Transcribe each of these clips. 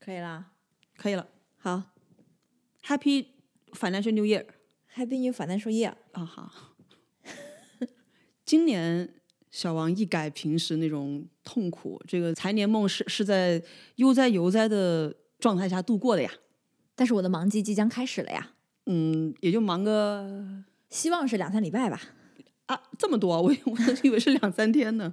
可以啦。可以了好，Happy Financial New Year ，Happy New Financial Year。啊哈。今年小王一改平时那种痛苦，这个财年梦是是在悠哉悠哉的状态下度过的呀。但是我的忙季即将开始了呀，嗯，也就忙个希望是两三礼拜吧。啊这么多，我 以我以为是两三天呢。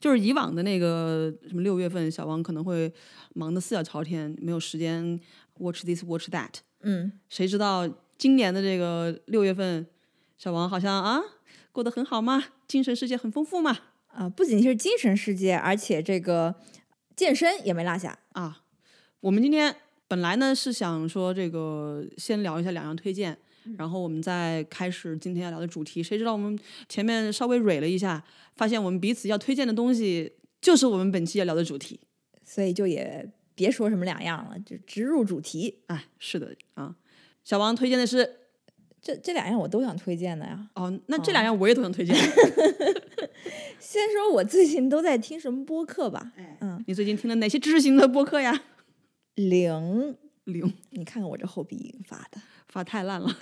就是以往的那个什么六月份，小王可能会忙得四脚朝天，没有时间 watch this watch that。嗯，谁知道今年的这个六月份，小王好像啊过得很好嘛，精神世界很丰富嘛啊、不仅是精神世界，而且这个健身也没落下。啊。我们今天本来呢是想说这个先聊一下两样推荐，然后我们再开始今天要聊的主题。谁知道我们前面稍微蕊了一下，发现我们彼此要推荐的东西就是我们本期要聊的主题。所以就也别说什么两样了，就直入主题。哎，是的啊，小王推荐的是这这两样我都想推荐的呀。哦，那这两样我也都想推荐。 先说我最近都在听什么播客吧。嗯，你最近听了哪些知识型的播客呀？ 零，零你看看我这后鼻音发的。发太烂了，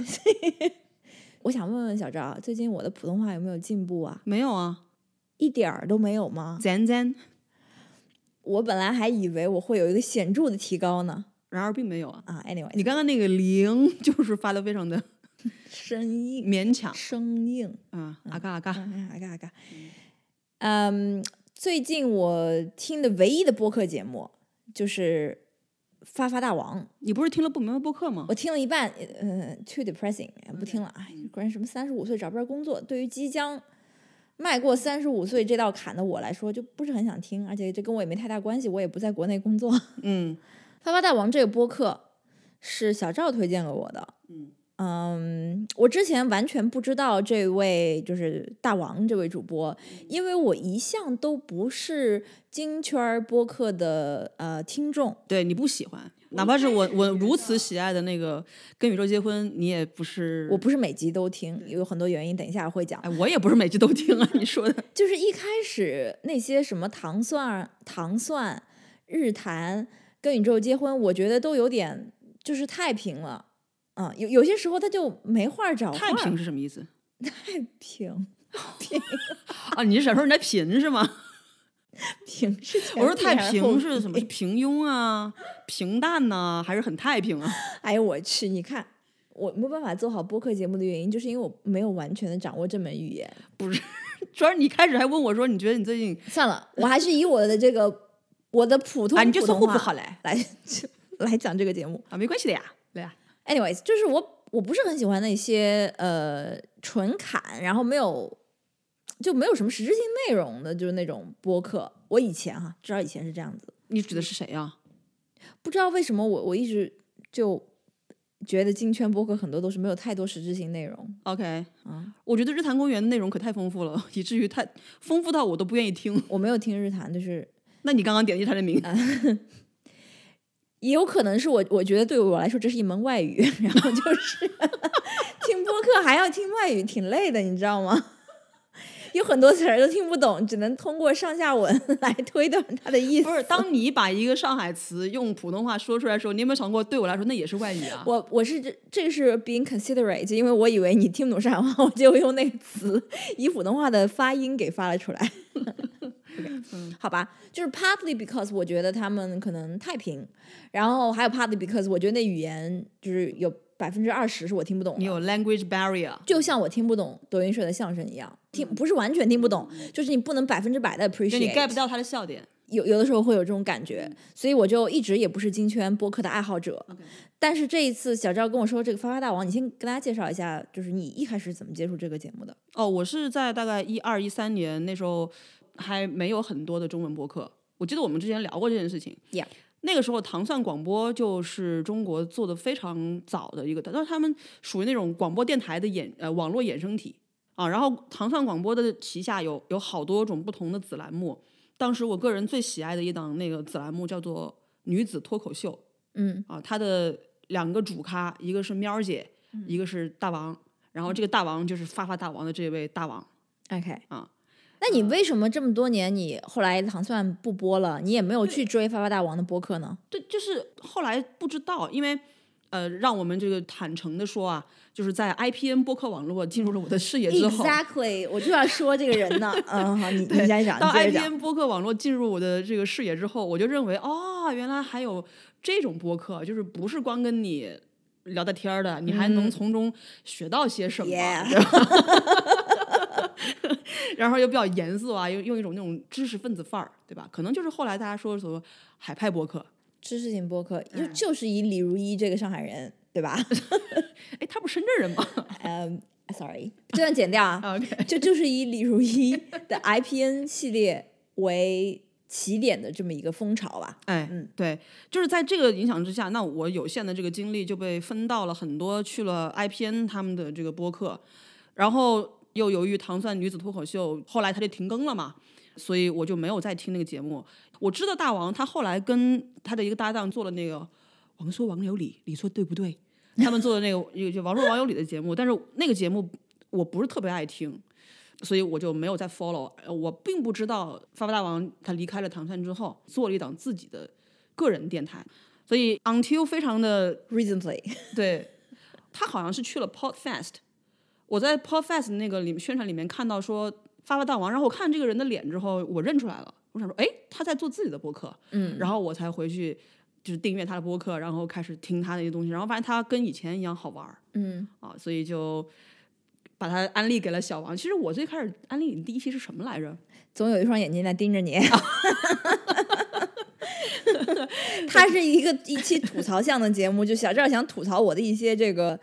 我想问问小赵，最近我的普通话有没有进步啊？没有啊，一点儿都没有吗？咱咱，我本来还以为我会有一个显著的提高呢。然而并没有啊。啊，anyway，你刚刚那个零 就是发的非常的声音勉强生硬，啊，啊嘎啊嘎，啊嘎啊嘎。嗯，最近我听的唯一的播客节目就是《发发大王》，你不是听了不明白播客吗我？听了一半，嗯、t o o depressing，不听了。哎，果然什么三十五岁找不着工作，对于即将迈过三十五岁这道坎的我来说，就不是很想听，而且这跟我也没太大关系，我也不在国内工作。 嗯发发大王这个播客是小赵推荐给我的。嗯嗯，我之前完全不知道这位就是大王这位主播，因为我一向都不是金圈儿播客的呃听众。对你不喜欢，哪怕是我我如此喜爱的那个《跟宇宙结婚》，你也不是啊我，不是每集都听，有很多原因，等一下我会讲。哎，我也不是每句都听啊。你说的，就是一开始那些什么糖蒜、糖蒜、日坛、跟宇宙结婚，我觉得都有点就是太平了。嗯，有有些时候他就没话找话太平是什么意思太 平啊？你是想说人家贫是吗？平是前我说屁太还是后平是屁什么？是平庸啊，平淡呐、还是很太平啊？ 哎呦我去，你看我没有办法做好播客节目的原因，就是因为我没有完全的掌握这门语言。主要是你开始还问我说，你觉得你最近算了，我还是以我的这个我的普通啊，你普这通户不话好来来 来讲这个节目。啊？没关系的呀，来呀， anyways，就是我我不是很喜欢那些呃纯侃，然后没有就没有什么实质性内容的，就是那种播客。我以前哈、知道以前是这样子，你指的是谁啊呀、不知道为什么我我一直就觉得金圈播客很多都是没有太多实质性内容 OK，啊。我觉得日坛公园的内容可太丰富了， 以至于太丰富到我都不愿意听。我没有听日坛，就是那你刚刚点击他的名，也有可能是我我觉得对我来说这是一门外语， 然后就是听播客还要听外语，挺累的，你知道吗？ 有很多词儿都听不懂，只能通过上下文 来推断它的意思 不。是当你把一个上海词用普通话说出来的时候，你有没有想过，对我来说那也是外语啊？我我是这这是 being considerate，因为我以为你听不懂上海 话，我就用那个词以普通话的发音给发了出来。o 嗯好吧，就是 partly because 我觉得他们可能太平，然后还有 partly because 我觉得那语言就是有百分之二十是我听不懂你的，有 language barrier，就像我听不懂德云社的相声一样，听不是完全听不懂，就是你不能百分之百的嗯就你 get appreciate，不到他的笑点。有有的时候会有这种感觉，嗯所以我就一直也不是金圈播客的爱好者。但是这一次小赵跟我说这个《发发大王》，你先跟大家介绍一下，就是你一开始怎么接触这个节目的？哦，我是在大概一二一三年那时候还没有很多的中文播客，我记得我们之前聊过这件事情。 Yeah 那个时候糖蒜广播就是中国做的非常早的一个，但是他们属于那种广播电台的衍呃网络衍生体啊。然后糖蒜广播的旗下有有好多种不同的子栏目，当时我个人最喜爱的一档那个子栏目叫做女子脱口秀。嗯，啊，他的两个主咖，一个是喵儿姐，一个是大王。然后这个大王就是发发大王的这位大王。 OK，那呃你为什么这么多年你后来糖蒜不播了，你也没有去追发发大王的播客呢？对，就是后来不知道，因为呃，让我们这个坦诚的说啊，就是在 IPN 播客网络进入了我的视野 之后 Exactly，我就要说这个人 呢。嗯，好，你你先讲，到你接着讲。 IPN 播客网络进入我的这个视野之后，我就认为哦，原来还有这种播客，就是不是光跟你聊大天儿的，你还能从中学到些什么。嗯 Yeah 对吧 然后又比较严肃啊，用用一种那种知识分子范儿，对吧？可能就是后来大家说所谓海派播客，知识型播客就嗯就是以李如一这个上海人，对 吧？哎，他不是深圳人吗嗯，sorry，这段剪掉啊。 ？OK，就就是以李如一的 IPN 系列为起点的这么一个风潮吧。哎，嗯对，就是在这个影响之下，那我有限的这个精力就被分到了很多去了 IPN 他们的这个播客，然后又由于《糖蒜女子脱口秀》后来它就停更了嘛，所以我就没有再听那个节目。我知道大王他后来跟他的一个搭档做了那个“王说王有理，理说对不对”，他们做的那个有就“王说王有理”的节目，但是那个节目我不是特别爱听。所以我就没有再 follow，呃我并不知道发发大王他离开了糖蒜之后，做了一档自己的个人电台，所以 until 非常的 Recently，对，他好像是去了 Podfest，我在 Podfest 那个里面宣传里面看到说发发大王，然后我看这个人的脸之后，我认出来了，我想说，哎，他在做自己的播客，嗯，然后我才回去就是订阅他的播客，然后开始听他的一些东西，然后发现他跟以前一样好玩儿嗯，啊，所以就。把他安利给了小王。其实我最开始安利你的第一期是什么来着？总有一双眼睛在盯着你。它是一个一期吐槽向的节目，就小赵想吐槽我的一些这个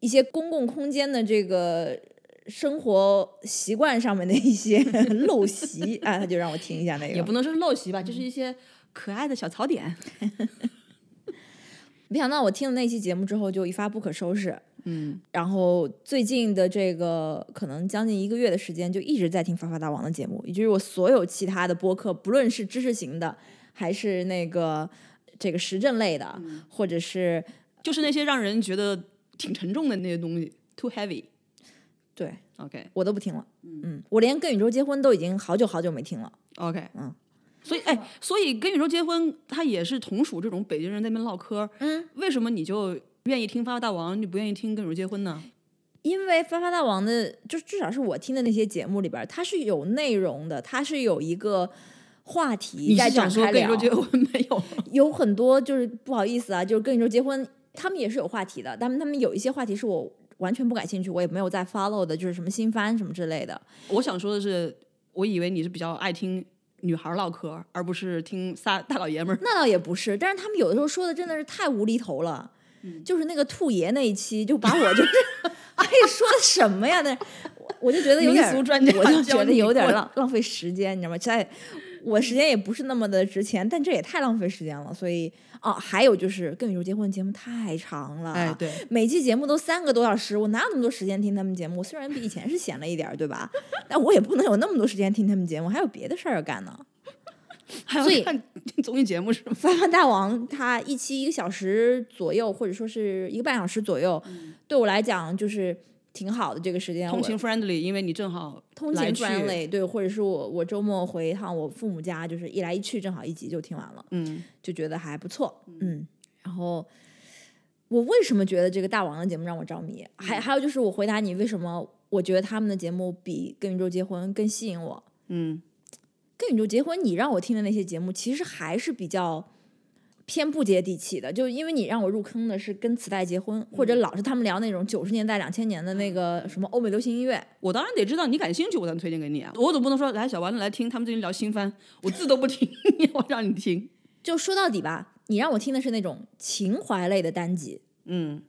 一些公共空间的这个生活习惯上面的一些 陋习啊，他就让我听一下那也个不。能说陋习吧，嗯就是一些可爱的小槽点。没想到我听了那期节目之后就一发不可收拾，嗯，然后最近的这个可能将近一个月的时间，就一直在听发发大王的节目，以至于我所有其他的播客，不论是知识型的，还是那个这个时政类的，嗯或者是就是那些让人觉得挺沉重的那些东西，too heavy。对 OK 我都不听了。嗯，我连跟宇宙结婚都已经好久好久没听了。 OK，嗯，所以哎，所以跟宇宙结婚，他也是同属这种北京人在那边唠嗑。嗯，为什么你就愿意听发发大王，你不愿意听跟宇宙结婚呢？因为发发大王的，就至少是我听的那些节目里边儿，它是有内容的，它是有一个话题你在是展想说开跟宇聊宙。结婚没有？有很多就是不好意思啊，就是跟你说结婚，他们也是有话题的，但他们有一些话题是我完全不感兴趣，我也没有在 follow 的，就是什么新番什么之类的。我想说的是，我以为你是比较爱听女孩唠嗑，而不是听仨大 老爷们儿。那倒也不是，但是他们有的时候说的真的是太无厘头了，嗯就是那个兔爷那一期就把我就是， 哎呀，说的什么呀？那我我就觉得有民点儿，俗专家我就教觉得你有点儿过浪浪费时间，你知道吗？在我时间也不是那么的值钱，但这也太浪费时间了。所以哦，还有就是《跟宇宙结婚》节目太长了，哎，对，每期节目都三个多小时，我哪有那么多时间听他们节目？虽然比以前是闲了一点儿，对吧？ 但我也不能有那么多时间听他们节目，还有别的事儿要干呢。 还所以要看综艺节目是吗？发发大王他一期一个小时左右，或者说是一个半小时左右，对我来讲就是挺好的这个时间。嗯通我勤 friendly，因为你正好通来勤去 friendly 对，或者是我我周末回一趟我父母家，就是一来一去正好一集就听完了。嗯，就觉得还不错，嗯。然后我为什么觉得这个大王的节目让我着迷？还还有就是我回答你为什么我觉得他们的节目比《跟宇宙结婚》更吸引我。嗯《跟宇宙结婚》，你让我听的那些节目，其实还是比较偏不接地气的，就因为你让我入坑的是跟磁带结婚，或者老是他们聊那种九十年代、两千年的那个什么欧美流行音乐，，我当然得知道你感兴趣，我才能推荐给你啊。我总不能说来小丸来听他们最近聊新番，我字都不听， 我让你听。就说到底吧，你让我听的是那种情怀类的单集，嗯，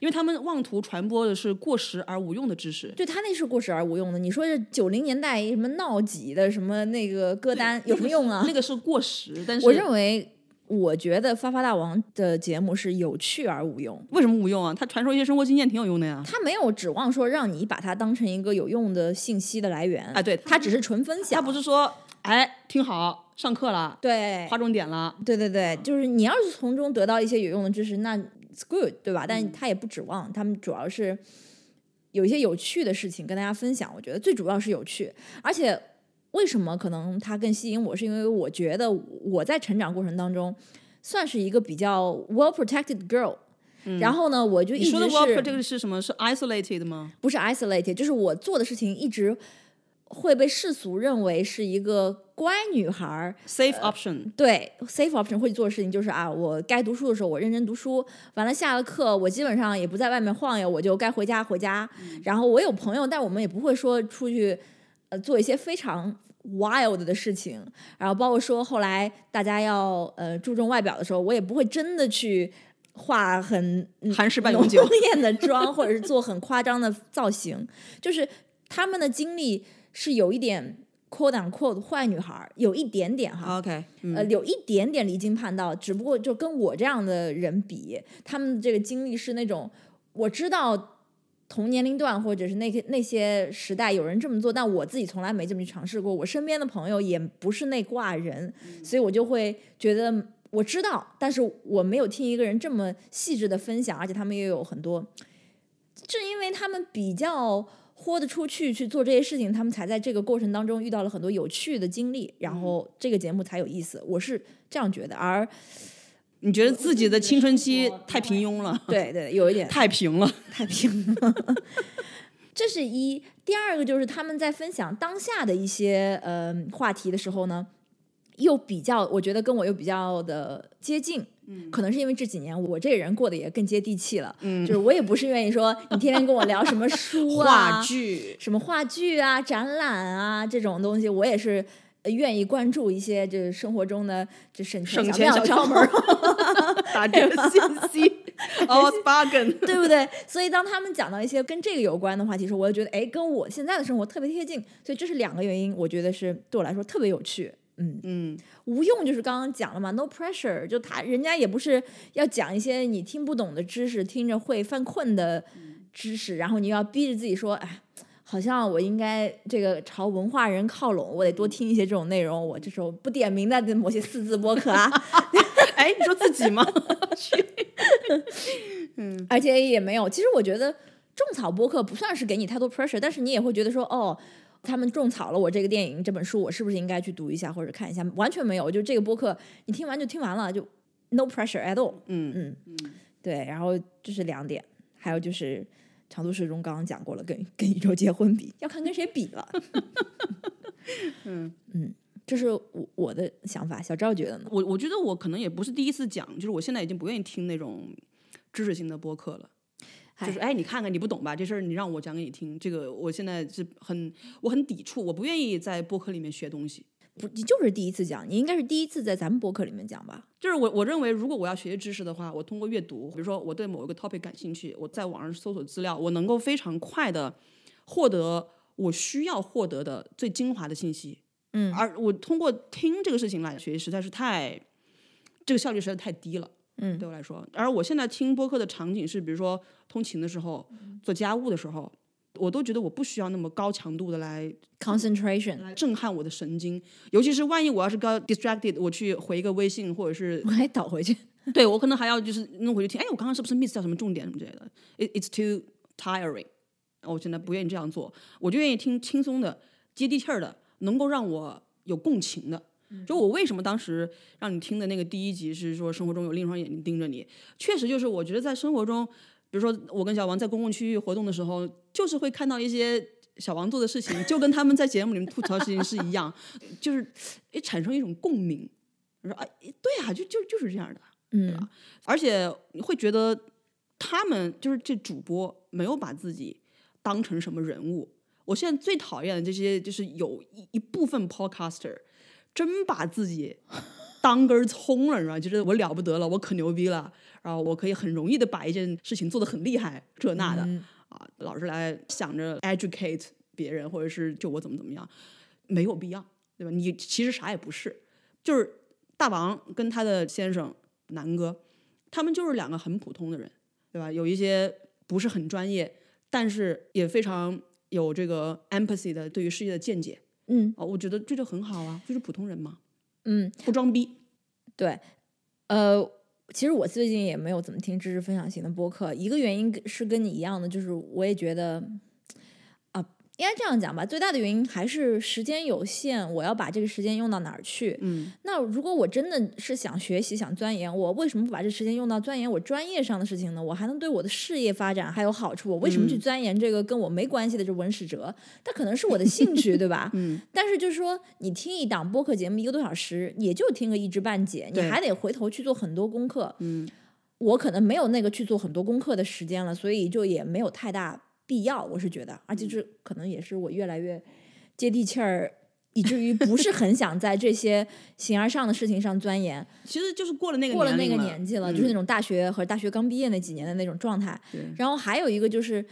因为他们妄图传播的是过时而无用的知识。对他那是过时而无用的。你说这九零年代什么闹几的什么那个歌单有什么用啊那？个是过时，但是我认为，我觉得发发大王的节目是有趣而无用，为什么无用啊？他传授一些生活经验挺有用的呀。他没有指望说让你把它当成一个有用的信息的来源啊对他只是纯分享，他不是说哎听好上课了，对划重点了，对对对，就是你要是从中得嗯到一些有用的知识，那 it's good，对吧？但他也不指望，他们主要是。有一些有趣的事情跟大家分享。我觉得最主要是有趣，而且为什么可能它更吸引我，是因为我觉得我在成长过程当中算是一个比较 well protected girl。然后呢，我就一嗯你直说的 w o r k 这是个是什么？是 isolated 吗？不是 isolated，就是我做的事情一直会被世俗认为是一个乖女孩儿 safe option，对 safe option 会做的事情就是啊，我该读书的时候我认真读书，完了下了课我基本上也不在外面晃悠，我就该回家回家。嗯然后我有朋友，但我们也不会说出去呃做一些非常 wild 的事情。然后包括说后来大家要呃注重外表的时候，我也不会真的去画很嗯韩式半浓永久。艳的妆，或者是做很夸张的造型，就是他们的经历是有一点 quote unquote 坏女孩儿，有一点点哈。 OK，嗯呃，有一点点离经叛道，只不过就跟我这样的人比，他们这个经历是那种我知道同年龄段或者是那个那些时代有人这么做，但我自己从来没这么去尝试过。我身边的朋友也不是那挂人，所以我就会觉得我知道，但是我没有听一个人这么细致的分享，而且他们也有很多，正因为他们比较。豁得出去去做这些事情，他们才在这个过程当中遇到了很多有趣的经历，然后这个节目才有意思。我是这样觉得， 而你觉得自己的青春期太平庸了，对对，有一点太平了。太平了。 这是一，第二个就是他们在分享当下的一些呃话题的时候呢，又比较，我觉得跟我又比较的接近。嗯，可能是因为这几年我这人过得也更接地气了。嗯，就是我也不是愿意说你天天跟我聊什么书啊、 话剧，什么话剧啊、展览啊这种东西，我也是呃愿意关注一些就是生活中的这省钱省小钱妙小窍招门儿，打折信 息，out bargain。 对不对？ 所以当他们讲到一些跟这个有关的话题时，候，我就觉得，哎，跟我现在的生活特别贴近。所以这是两个原因，我觉得是对我来说特别有趣。嗯，嗯，无用就是刚刚讲了嘛，no pressure，就他人家也不是要讲一些你听不懂的知识，听着会犯困的知识，然后你又要逼着自己说，哎，好像我应该这个朝文化人靠拢，我得多听一些这种内容。我这时候不点名的某些四字播客啊，哎，你说自己吗？而且也没有。其实我觉得种草播客不算是给你太多 pressure，但是你也会觉得说，哦，他们种草了我这个电影这本书，我是不是应该去读一下或者看一下？完全没有，就这个播客你听完就听完了，就 no pressure at all。嗯嗯对，然后这是两点，还有就是。长途始终刚刚讲过了，跟跟宇宙结婚比，要看跟谁比 了。嗯嗯，这是我我的想法。小赵觉得呢？我我觉得我可能也不是第一次讲，就是我现在已经不愿意听那种知识性的播客了。就是哎，你看看你不懂吧？这事儿你让我讲给你听，这个我现在是很我很抵触，我不愿意在播客里面学东西。不，你就是第一次讲，你应该是第一次在咱们播客里面讲吧？就是我我认为，如果我要学习知识的话，我通过阅读，比如说我对某一个 topic 感兴趣，我在网上搜索资料，我能够非常快的获得我需要获得的最精华的信息。嗯而我通过听这个事情来学习，实在是太这个效率实在太低了。嗯对我来说，而我现在听播客的场景是，比如说通勤的时候、做家务的时候，我都觉得我不需要那么高强度的来，concentration，来震撼我的神经，尤其是万一我要是刚 distracted，我去回一个微信，或者是我还倒 回去。对我可能还要就是弄回去听，哎，我刚刚是不是 miss 掉什么重点什么之类的？It it's too tiring，我哦现在不愿意这样做，我就愿意听轻松的、接地气儿的，能够让我有共情的。就我为什么当时让你听的那个第一集是说生活中有另一双眼睛盯着你，确实就是我觉得在生活中，比如说我跟小王在公共区域活动的时候，就是会看到一些小王做的事情，就跟他们在节目里面吐槽的事情是一样， 就是也产生一种共鸣。我说哎，对啊，就就就是这样的。嗯，而且你会觉得他们就是这主播没有把自己当成什么人物。我现在最讨厌的这些就是有一一部分 podcaster 真把自己当根儿葱了，你知道吗，就是我了不得了，我可牛逼了，然后我可以很容易的把一件事情做得很厉害，这那嗯的、啊，老是来想着 educate 别人，或者是就我怎么怎么样，没有必要，对吧？你其实啥也不是，就是大王跟他的先生南哥，他们就是两个很普通的人，对吧？有一些不是很专业，但是也非常有这个 empathy 的对于世界的见解嗯啊、我觉得这就很好啊，就是普通人嘛，嗯，不装逼。对，呃，其实我最近也没有怎么听知识分享型的播客，一个原因是跟你一样的，就是我也觉得，啊，应该这样讲吧，最大的原因还是时间有限，我要把这个时间用到哪儿去？嗯，那如果我真的是想学习、想钻研，我为什么不把这时间用到钻研我专业上的事情呢？我还能对我的事业发展还有好处，我为什嗯么去钻研这个跟我没关系的这文史哲？它可能是我的兴趣，对吧？ 嗯，但是就是说，你听一档播客节目一个多小时，也就听个一知半解，你对还得回头去做很多功课。嗯，我可能没有那个去做很多功课的时间了，所以就也没有太大必要。我是觉得，而且这可能也是我越来越接地气儿，以至于不是很想在这些形而上的事情上钻研。其实就是过了那个过了那龄个了嗯年纪了，就是那种大学和大学刚毕业那几年的那种状态。对然后还有一个就是，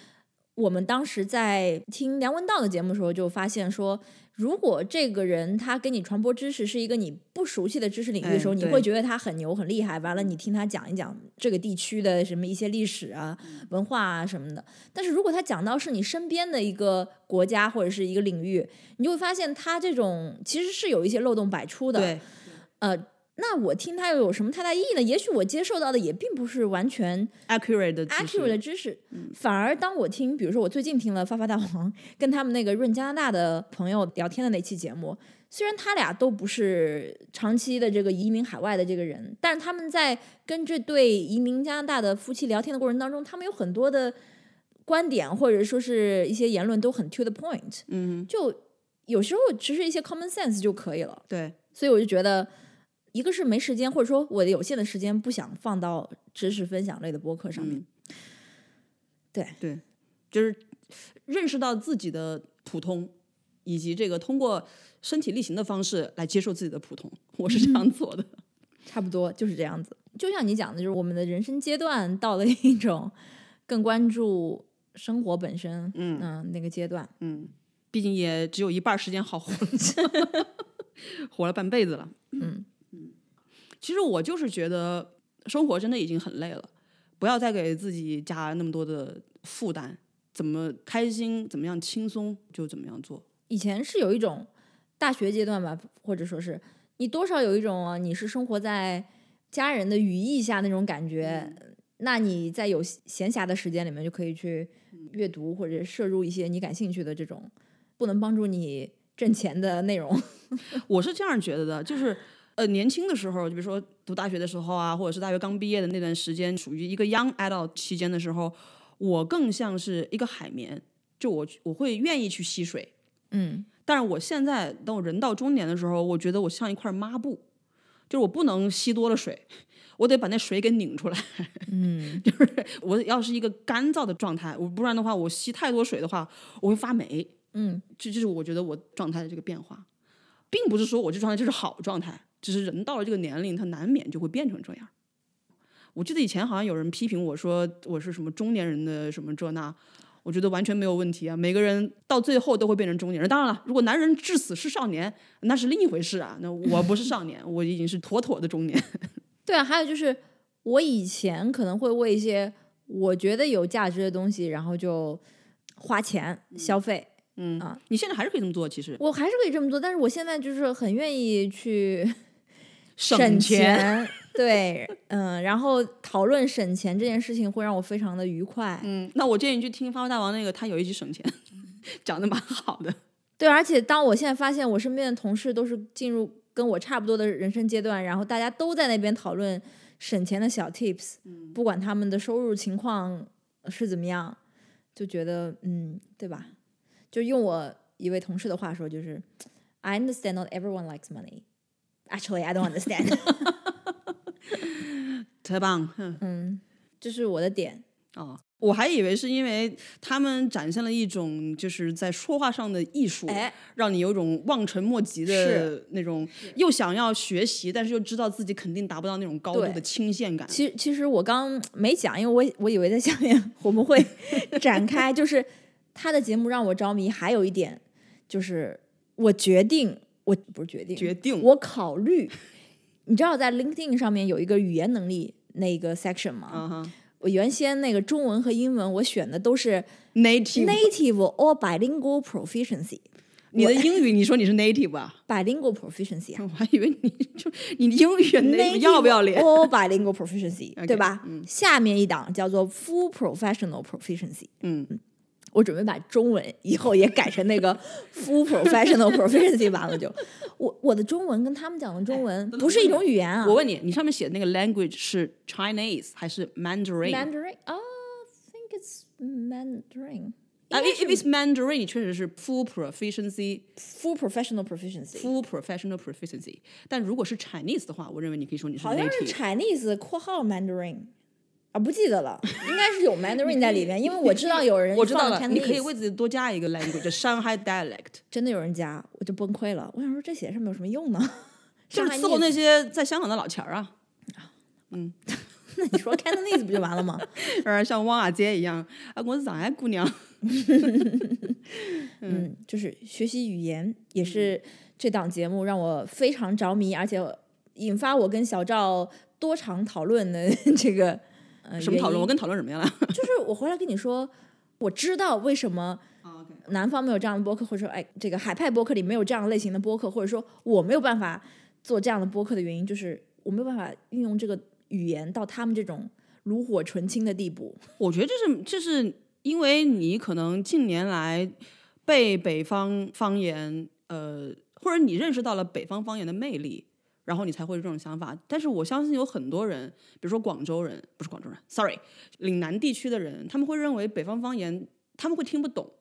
我们当时在听梁文道的节目的时候，就发现说，如果这个人他给你传播知识是一个你不熟悉的知识领域的时候，哎你对会觉得他很牛很厉害。完了，你听他讲一讲这个地区的什么一些历史啊、嗯文化啊什么的。但是如果他讲到是你身边的一个国家或者是一个领域，你就会发现他这种其实是有一些漏洞百出的。对，呃，那我听它又有什么太大意义呢？也许我接受到的也并不是完全 accurate 的知识 accurate 的知识，反而当我听，比如说我最近听了发发大王跟他们那个润加拿大的朋友聊天的那期节目，虽然他俩都不是长期的这个移民海外的这个人，但是他们在跟这对移民加拿大的夫妻聊天的过程当中，他们有很多的观点或者说是一些言论都很 to the point，嗯，就有时候只是一些 common sense 就可以了。对，所以我就觉得，一个是没时间，或者说我的有限的时间不想放到知识分享类的播客上面。嗯对对，就是认识到自己的普通，以及这个通过身体力行的方式来接受自己的普通，我是这嗯样做的。差不多就是这样子。就像你讲的，就是我们的人生阶段到了一种更关注生活本身，嗯那个阶段。嗯，毕竟也只有一半儿时间好活了， 活了半辈子了。嗯其实我就是觉得生活真的已经很累了，不要再给自己加那么多的负担。怎么开心，怎么样轻松就怎么样做。以前是有一种大学阶段吧，或者说是你多少有一种、啊、你是生活在家人的羽翼下那种感觉。那你在有闲暇的时间里面，就可以去阅读或者摄入一些你感兴趣的这种不能帮助你挣钱的内容。 我是这样觉得的，就是呃，年轻的时候，就比如说读大学的时候啊，或者是大学刚毕业的那段时间，属于一个 young adult 期间的时候，我更像是一个海绵，就我我会愿意去吸水。嗯，但是我现在等我人到中年的时候，我觉得我像一块抹布，就是我不能吸多了水，我得把那水给拧出来。 嗯，我要是一个干燥的状态，我不然的话，我吸太多水的话，我会发霉。嗯，这就是我觉得我状态的这个变化，并不是说我这状态就是好状态，只是人到了这个年龄，他难免就会变成这样。我记得以前好像有人批评我说我是什么中年人的什么这那，我觉得完全没有问题啊。每个人到最后都会变成中年人。当然了，如果男人至死是少年，那是另一回事啊。那我不是少年，我已经是妥妥的中年。 对啊，还有就是我以前可能会为一些我觉得有价值的东西，然后就花钱消费。嗯啊，你现在还是可以这么做，其实我还是可以这么做，但是我现在就是很愿意去省钱钱，对，嗯，然后讨论省钱这件事情会让我非常的愉快，嗯，那我建议你去听《发发大王》那个，他有一集省钱， 讲的蛮好的。对，而且当我现在发现我身边的同事都是进入跟我差不多的人生阶段，然后大家都在那边讨论省钱的小 tips，、不嗯管他们的收入情况是怎么样，就觉得嗯，对吧？就用我一位同事的话说，就是 I understand not everyone likes money. Actually, I don't understand. 特棒，嗯嗯，这是我的点。哦，我还以为是因为他们展现了一种就是在说话上的艺术，哎，让你有种望尘莫及的是那种，又想要学习，但是又知道自己肯定达不到那种高度对的倾陷感。其实其实我刚没讲，因为我我以为在下面我们 会展开，就是他的节目让我着迷。还有一点就是，我决定，我不是决定，决定我考虑。你知道在 LinkedIn 上面有一个语言能力那个 section 吗？啊哈我原先那个中文和英文我选的都是，native， native or bilingual proficiency。你的英语，你说你是 native 吧？ bilingual proficiency 啊我还以为你就你的英语 native ，native 要不要脸？ ？All bilingual proficiency， OK，嗯对吧？下面一档叫做 full professional proficiency。嗯，我准备把中文以后也改成那个 full professional proficiency 完了就，我我的中文跟他们讲的中文哎不是一种语言啊。我问你，你上面写的那个 language 是 Chinese 还是 Mandarin？ Mandarin 啊、i think it's Mandarin 啊，if if it's Mandarin，你确实是 full proficiency full professional proficiency， full professional proficiency。但如果是 Chinese 的话，我认为你可以说你是好像是 native。 Chinese 括号 Mandarin 啊，不记得 了，应该是有 Mandarin 在里面，因为我知道有人我知道放了，你可以 Chinese 为自己多加一个 language，叫上海 dialect，真的有人加，我就崩溃了。我想说这写上面有什么 用呢？就是 上海伺候腻那些在香港的老钱儿啊。 那你说 Cantonese 不就完了吗？有点呃像汪阿姐一样啊，我是上海姑娘。嗯，就是学习语言嗯也是这档节目让我非常着迷，而且引发我跟小赵多场讨论的 这个呃什么讨论？我原跟讨论什么样了？因就是我回来跟你说，我知道为什么哦南方没有这样的播客，或者说哎，这个海派播客里没有这样类型的播客，或者说我没有办法做这样的播客的原因，就是我没有办法运用这个语言到他们这种炉火纯青的地步。我觉得这是这是因为你可能近年来被北方方言呃，或者你认识到了北方方言的魅力。然后你才会有这种想法，但是我相信有很多人，比如说广州人，不是广州人，sorry，岭南地区的人，他们会认为北方方言他们会听不懂，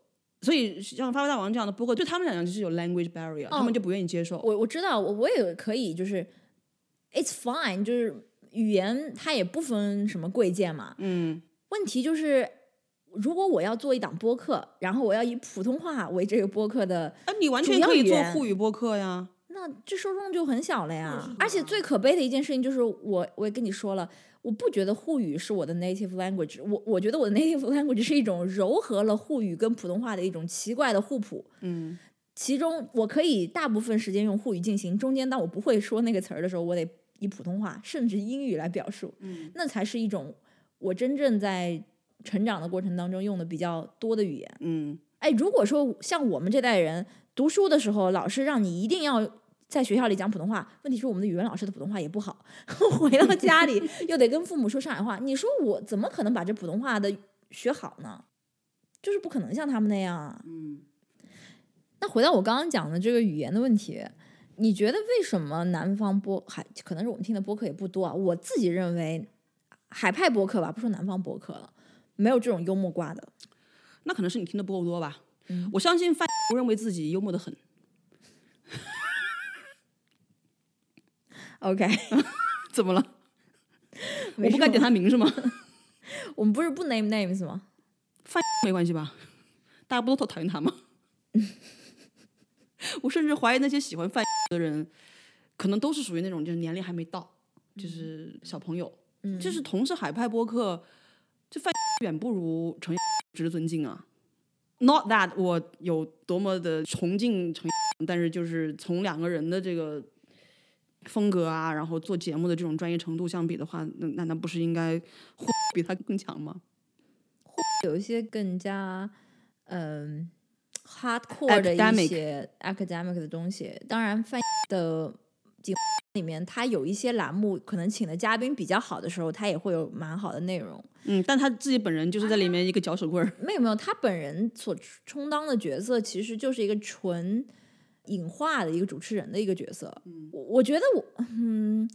所以像发发大王这样的播客，对他们来讲就是有 language barrier，、他们就不愿意接受。哦我我知道，我我也可以，就是 it's fine，就是语言它也不分什么贵贱嘛。嗯，问题就是，如果我要做一档播客，然后我要以普通话为这个播客的，啊，你完主全要可以语做言沪语播客呀。那这受众就很小了呀是。而且最可悲的一件事情就是我，我也跟你说了。我不觉得沪语是我的 native language，我我觉得我的 native language 是一种糅合了沪语跟普通话的一种奇怪的互补。嗯，其中我可以大部分时间用沪语进行，中间当我不会说那个词儿的时候，我得以普通话甚至英语来表述，嗯，那才是一种我真正在成长的过程当中用的比较多的语言。嗯，哎，如果说像我们这代人读书的时候，老师让你一定要在学校里讲普通话，问题是我们的语文老师的普通话也不好， 回到家 里又得跟父母说上海话，你说我怎么可能把这普通话的学好呢？就是不可能像他们那样啊。嗯，那回到我刚刚讲的这个语言的问题，你觉得为什么南方播还可能是我们听的播客也不多啊？我自己认为海派播客吧，不说南方播客了，没有这种幽默挂的。那可能是你听的不够多吧。我相信范 认为自己幽默的很， OK，怎么了？我没不事 该点吗他名是吗？ 我们不是不 name names 吗？没关系吧？大家不都讨讨厌他吗？ 我甚至怀疑那些喜欢范 的人，可能都是属于那种就是年龄还没到，就是小朋友，嗯就是同是海派播客，这范远不如程值得尊敬啊。Not that 我有多么的崇敬程，但是就是从两个人的这个风格啊，然后做节目的这种专业程度相比的话，那那那不是应该互比他更强吗？有一些更加嗯 hardcore 的 Academic 一些 academic 的东西。当然，翻译的节目 里面，它有一些栏目可能请的嘉宾比较好的时候，它也会有蛮好的内容。嗯，但他自己本人就是在里面一个搅屎棍儿。没有没有，他本人所充充当的角色其实就是一个纯影化的一个主持人的一个角色。我我觉得我嗯，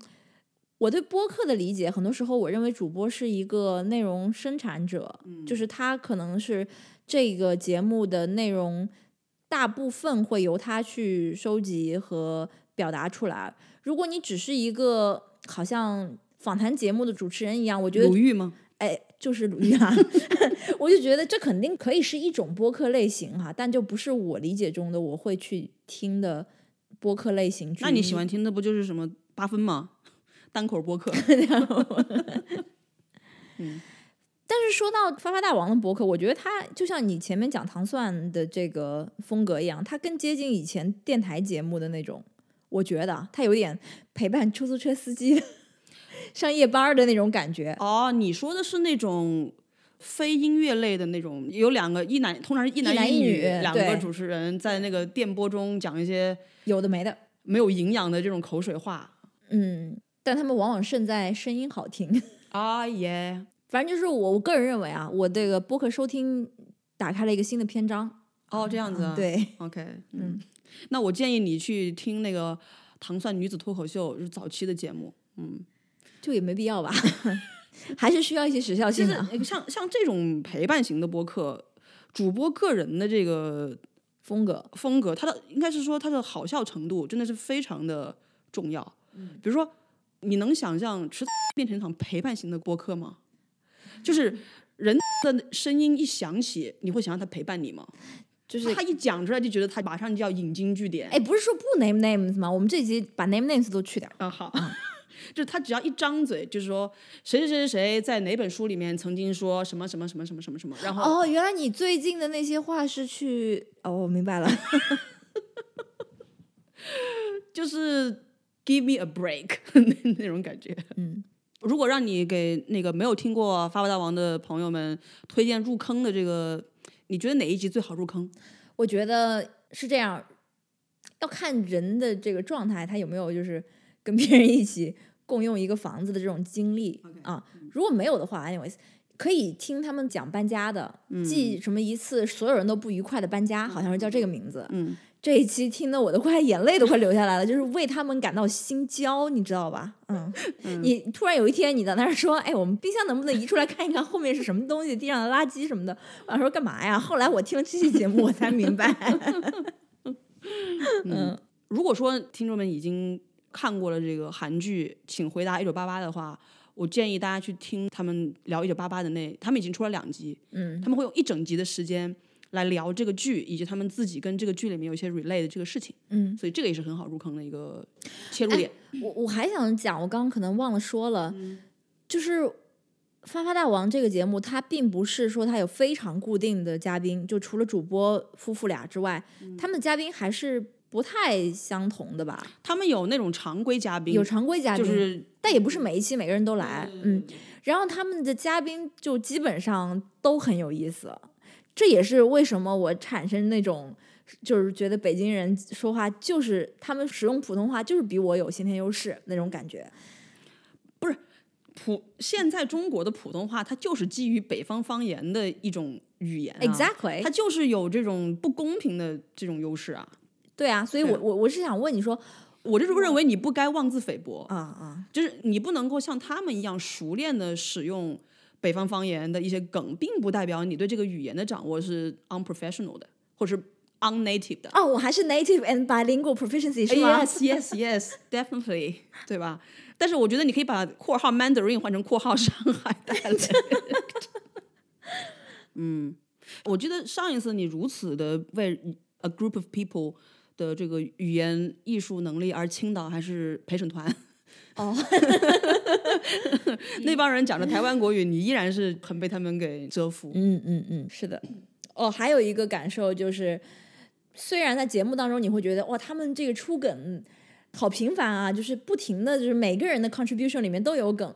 我对播客的理解，很多时候我认为主播是一个内容生产者，就是他可能是这个节目的内容大部分会由他去收集和表达出来。如果你只是一个好像访谈节目的主持人一样，我觉得鲁豫吗？哎，就是鲁豫啊， 我就觉得这肯定可以是一种播客类型哈、但就不是我理解中的我会去听的播客类型之一。那你喜欢听的不就是什么八分吗？单口播客。但是说到发发大王的博客，我觉得他就像你前面讲糖蒜的这个风格一样，他更接近以前电台节目的那种。我觉得啊他有点陪伴出租 车司机上夜班儿的那种感觉。哦，你说的是那种非音乐类的那种，有两个一男，通常是一一男一一女女两个对主持人在那个电波中讲一些有的没的，没有营养的这种口水话。嗯，但他们往往胜在声音好听。啊耶反正就是我，我个人认为啊，我这个播客收听打开了一个新的篇章。哦，这样子、啊，对， ，OK，嗯，那我建议你去听那个《糖蒜女子脱口秀》，就是早期的节目。嗯，就也没必 要吧，还是需要一些时效其性实的啊 呃像像这种陪伴型的播客，主播个人的这个风格。风格，他的应该是说他的好笑程度真的是非常的重要。嗯比如说，你能想象迟早变成一场陪伴型的播客吗？ 就是人的声音一响起，你会想让他陪伴你吗？就是他一讲出来就觉得他马上就要引经据典。哎，不是说不 name names 吗？我们这集把 name names 都去掉。啊，好，嗯 就是他只要一张嘴，就是说谁谁谁谁谁在哪本书里面曾经说什么什么什么什么什么什么，然后哦，原来你最近的那些话是去哦，我明白了。就是 give me a break 那那种感觉。嗯，如果让你给那个没有听过《发发大王》的朋友们推荐入坑的这个，你觉得哪一集最好入坑？我觉得是这样，要看人的这个状态，他有没有就是跟别人一起共用一个房子的这种经历啊。如果没有的话，anyways，可以听他们讲搬家的，记什么一次所有人都不愉快的搬家，好像是叫这个名字。嗯，这一期听得我都快眼泪都快流下来了，就是为他们感到心焦，你知道吧？ 嗯，你突然有一天你在那儿说，哎，我们冰箱能不能移出来看一看后面是什么东西，地上的垃圾什么的？我说干嘛呀？后来我听了这期节目，我才明 白，嗯，如果说听众们已经看过了这个韩剧《请回答一九八八》的话，我建议大家去听他们聊《一九八八》的那，他们已经出了两集，嗯，他们会用一整集的时间来聊这个剧，以及他们自己跟这个剧里面有一些 relate 的这个事情，嗯，所以这个也是很好入坑的一个切入点。我我还想讲，我刚刚可能忘了说了，嗯就是《发发大王》这个节目，它并不是说它有非常固定的嘉宾，就除了主播夫妇俩之外，嗯他们的嘉宾还是不太相同的吧？他们有那种常规嘉宾，有常规嘉就宾，是但也不是每一期每个人都来，嗯，然后他们的嘉宾就基本上都很有意思，这也是为什么我产生那种就是觉得北京人说话就是他们使用普通话就是比我有先天优势那种感觉，普现在中国的普通话，它就是基于北方方言的一种语言、啊 Exactly 它就是有这种不公平的这种优势啊。对啊，所以我我我是想问你说我就是认为你不该妄自菲薄，啊啊，就是你不能够像他们一样熟练的使用北方方言的一些梗，并不代表你对这个语言的掌握是 unprofessional 的，或是 unnative 的。哦，我还是 native and bilingual proficiency 是吗 yes, yes, yes, definitely，对吧？但是我觉得你可以把括号 Mandarin 换成括号上海 dialect。嗯，我记得上一次你如此的为 a group of people 的这个语言艺术能力而倾倒，还是陪审团。哦，那帮人讲着台湾国语，你依然是很被他们给折服。嗯嗯嗯，是的。哦，还有一个感受就是，虽然在节目当中你会觉得哇，他们这个出梗好频繁啊，就是不停的，就是每个人的 contribution 里面都有梗。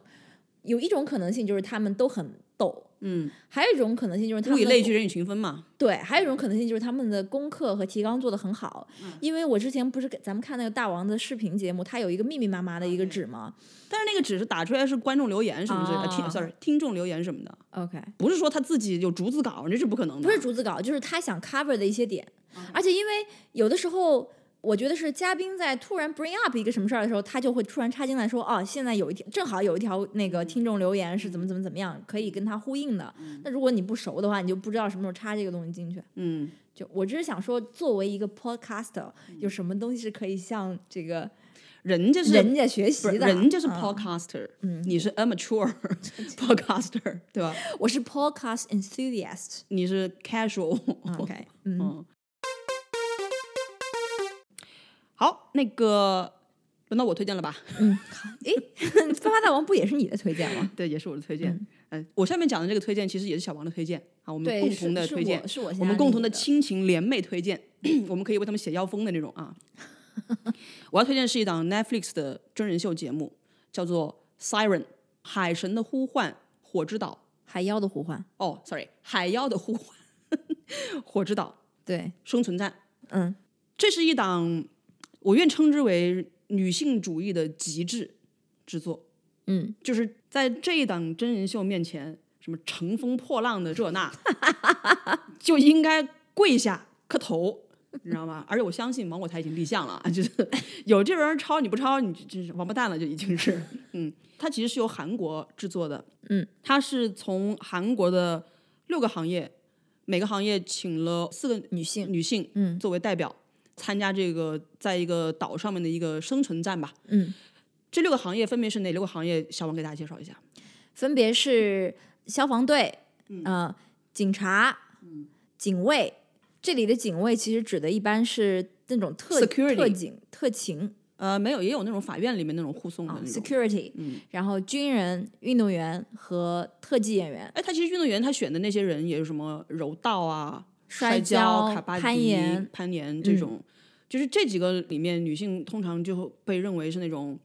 有一种可能性就是他们都很逗，嗯，还有一种可能性就是他物们以的类聚，人以群分嘛。对，还有一种可能性就是他们的功课和提纲做得很好。嗯因为我之前不是给咱们看那个大王的视频节目，他有一个密密麻麻的一个纸嘛。但是那个只是打出来是观众留言什么之类的，啊听 sorry 听众留言什么的， OK，不是说他自己有逐字稿，这是不可能的。不是，逐字稿，就是他想 cover 的一些点。嗯而且因为有的时候，我觉得是嘉宾在突然 bring up 一个什么事儿的时候，他就会突然插进来说：“哦，现在有一条正好有一条那嗯个听众留言是怎么怎么怎么样，可以跟他呼应的。”那如果你不熟的话，你就不知道什么时候插这个东西进去。嗯，就我只是想说，作为一个 podcaster，有什么东西是可以向这个人嗯家是人家学不习是的？人家是嗯 podcaster，、你是 amateur podcaster，对吧？我是 podcast enthusiast。你是 casual。 OK，嗯，嗯。好，那个轮到我推荐了吧？ 诶， 发发大王不也是你的推荐吗？对，也是我的推荐。嗯、我下面讲的这个推荐其实也是小王的推荐啊，我们对，共是同的推荐，是我，是我我们先共安同利的你亲情联袂推荐， 我们可以为他们写腰封的那种啊。 我要推荐是一档 Netflix 的真人秀节目，叫做《Siren》，海神的呼唤，火之岛。海妖的呼唤，哦，sorry，海妖的呼唤， 火之岛对，生存战，嗯这是一档我愿称之为女性主义的极致之作，嗯，就是在这一档真人秀面前，什么乘风破浪的这那，就应该跪下磕头。你知道吗？而且我相信芒果台已经立项了，啊就是有这人抄你不抄，你就就是王八蛋了，就已经是。嗯，它其实是由韩国制作的，嗯，它是从韩国的六个行业，每个行业请了四个女性，女性，嗯作为代表参加这个在一个岛上面的一个生存战吧。嗯，这六个行业分别是哪六个行业？小王给大家介绍一下。分别是消防队，嗯、呃，警察，嗯警卫。这里的警卫其实指的一般是那种特 Security 特警、特勤呃，没有，也有那种法院里面那种护送的啊那种。嗯，security，、然后军人、运动员和特技演员，哎，他其实运动员他选的那些人也是什么柔道啊、摔跤、跤、卡巴迪、攀岩，嗯攀岩这种，就是这几个里面，女性通常就被认为是那种，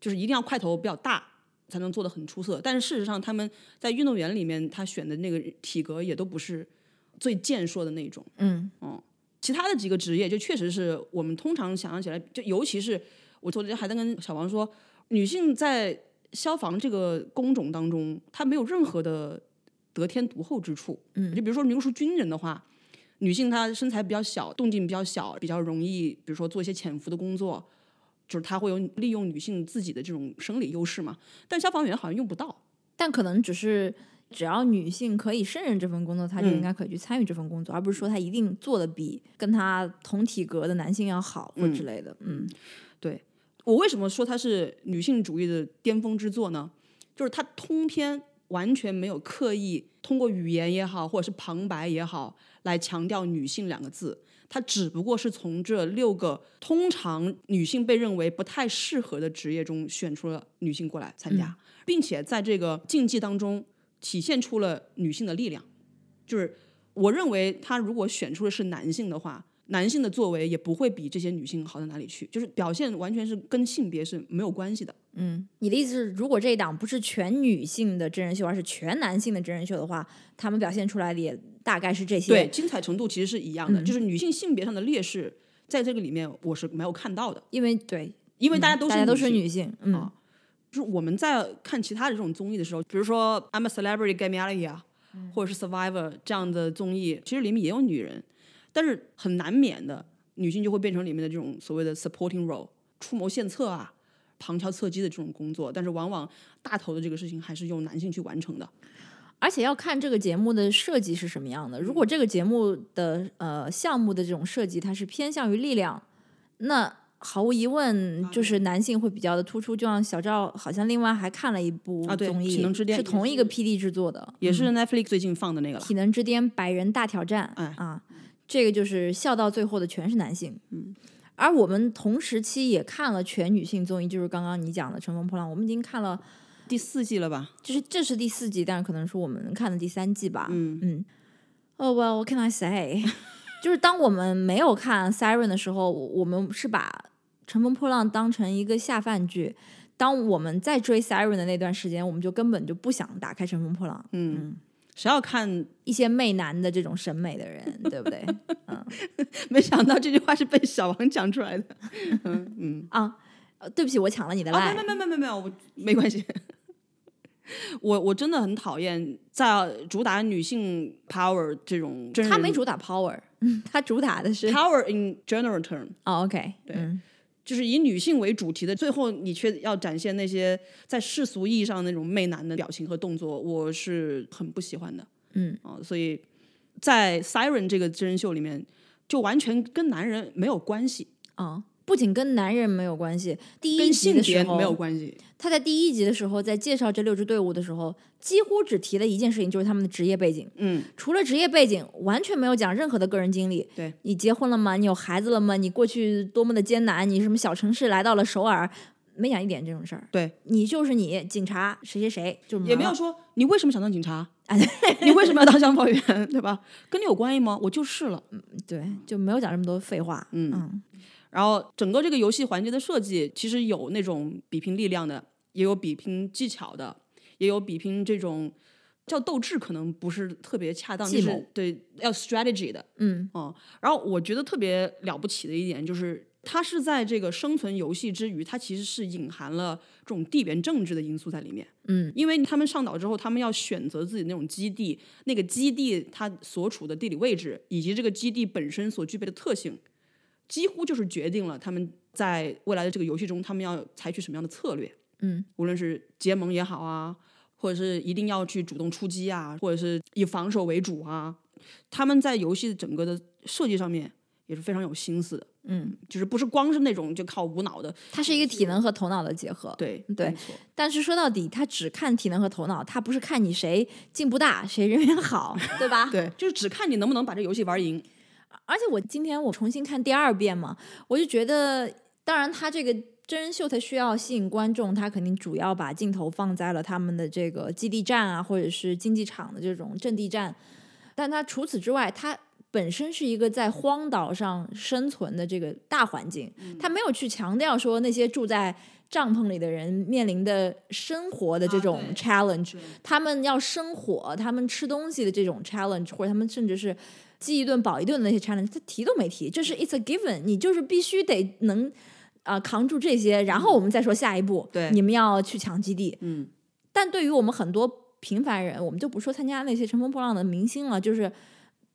就是一定要块头比较大才能做的很出色。但是事实上，他们在运动员里面，他选的那个体格也都不是最健硕的那种。嗯其他的几个职业，就确实是我们通常想象起来，就尤其是我昨天还在跟小王说，女性在消防这个工种当中，她没有任何的得天独厚之处。嗯就比如说，你如果是军人的话，女性她身材比较小，动静比较小，比较容易，比如说做一些潜伏的工作，就是她会有利用女性自己的这种生理优势嘛。但消防员好像用不到。但可能只是只要女性可以胜任这份工作，她嗯就应该可以去参与这份工作，而不是说她一定做的比跟她同体格的男性要好或之类的。嗯我为什么说它是女性主义的巅峰之作呢？就是它通篇完全没有刻意通过语言也好，或者是旁白也好，来强调女性两个字。它只不过是从这六个通常女性被认为不太适合的职业中选出了女性过来参加，并且在这个竞技当中体现出了女性的力量。就是我认为，他如果选出的是男性的话，男性的作为也不会比这些女性好到哪里去，就是表现完全是跟性别是没有关系的。嗯，你的意思是，如果这一档不是全女性的真人秀，而是全男性的真人秀的话，他们表现出来的也大概是这些。对，，精彩程度其实是一样的，嗯就是女性性别上的劣势，在这个里面我是没有看到的，因为对，因为大家都嗯是、大家都是。女性，嗯，啊就是我们在看其他的这种综艺的时候，比如说《I'm a Celebrity Get Me Out of Here》或者是《Survivor》这样的综艺，其实里面也有女人，但是很难免的，女性就会变成里面的这种所谓的 supporting role，出谋献策啊，旁敲侧击的这种工作，但是往往大头的这个事情还是由男性去完成的。而且要看这个节目的设计是什么样的。如果嗯这个节目的呃项目的这种设计它是偏向于力量，那毫无疑啊问就是男性会比较的突出。就像小赵好像另外还看了一部啊对综体艺，能之巅是同一个 PD 制作的，也是嗯 Netflix 最近放的那个了，体能之巅百人大挑战》哎啊，这个就是笑到最后的全是男性，嗯。而我们同时期也看了全女性综艺，就是刚刚你讲的《乘风破浪》，我们已经看了，第四季了吧？就是这是第四季，但是可能是我们看的第三季吧。嗯，嗯，哦、oh, well，what can I say？就是当我们没有看 Siren 的时候，我我们是把《乘风破浪》当成一个下饭剧。当我们在追 Siren 的那段时间，我们就根本就不想打开《乘风破浪》。嗯嗯谁要看？ 一些媚男的这种审美的人，对不对？没想到这句话是被小王讲出来的。啊，呃对不起，我抢了你的啊，赖。没没没没没有，我没关系。我我真的很讨厌在主打女性 power 这种真人，他没主打 power，嗯，他主打的是 power in general term，哦，OK，对嗯就是以女性为主题的，最后你却要展现那些在世俗意义上那种媚男的表情和动作，我是很不喜欢的嗯，啊、所以在 Siren 这个真人秀里面，就完全跟男人没有关系，哦，不仅跟男人没有关系，第一跟集性的时别候没有关系。他在第一集的时候，在介绍这六支队伍的时候，几乎只提了一件事情，就是他们的职业背景。嗯，除了职业背景，完全没有讲任何的个人经历。对，你结婚了吗？你有孩子了吗？你过去多么的艰难？你什么小城市来到了首尔，没讲一点这种事儿。对，你就是你，警察谁谁谁，就是也没有说你为什么想当警察， 你为什么要当消防员，对吧？跟你有关系吗？我就是了。 对，就没有讲这么多废话。嗯然后整个这个游戏环节的设计，其实有那种比拼力量的，也有比拼技巧的，也有比拼这种叫斗志可能不是特别恰当，计就谋是对要 strategy 的，嗯嗯，然后我觉得特别了不起的一点就是，它是在这个生存游戏之余，它其实是隐含了这种地缘政治的因素在里面。嗯，因为他们上岛之后，他们要选择自己那种基地，那个基地它所处的地理位置，以及这个基地本身所具备的特性，几乎就是决定了他们在未来的这个游戏中，他们要采取什么样的策略。嗯，无论是结盟也好啊，或者是一定要去主动出击啊，或者是以防守为主啊，他们在游戏整个的设计上面也是非常有心思的。嗯，就是不是光是那种就靠无脑的，它是一个体能和头脑的结合。对对没错但是说到底，他只看体能和头脑，他不是看你谁进步大，谁人缘好， 对吧？对，就是只看你能不能把这游戏玩赢。而且我今天我重新看第二遍嘛，我就觉得，当然他这个真人秀他需要吸引观众，他肯定主要把镜头放在了他们的这个基地战啊，或者是竞技场的这种阵地战，但他除此之外，他。本身是一个在荒岛上生存的这个大环境，嗯他没有去强调说那些住在帐篷里的人面临的生活的这啊种对 challenge，、他们要生火，他们吃东西的这种 challenge，或者他们甚至是饥一顿饱一顿的那些 challenge，他提都没提，这是 it's a given，你就是必须得能啊、呃扛住这些，然后我们再说下一步，对你们要去抢基地。嗯，但对于我们很多平凡人，我们就不说参加那些乘风破浪的明星了，就是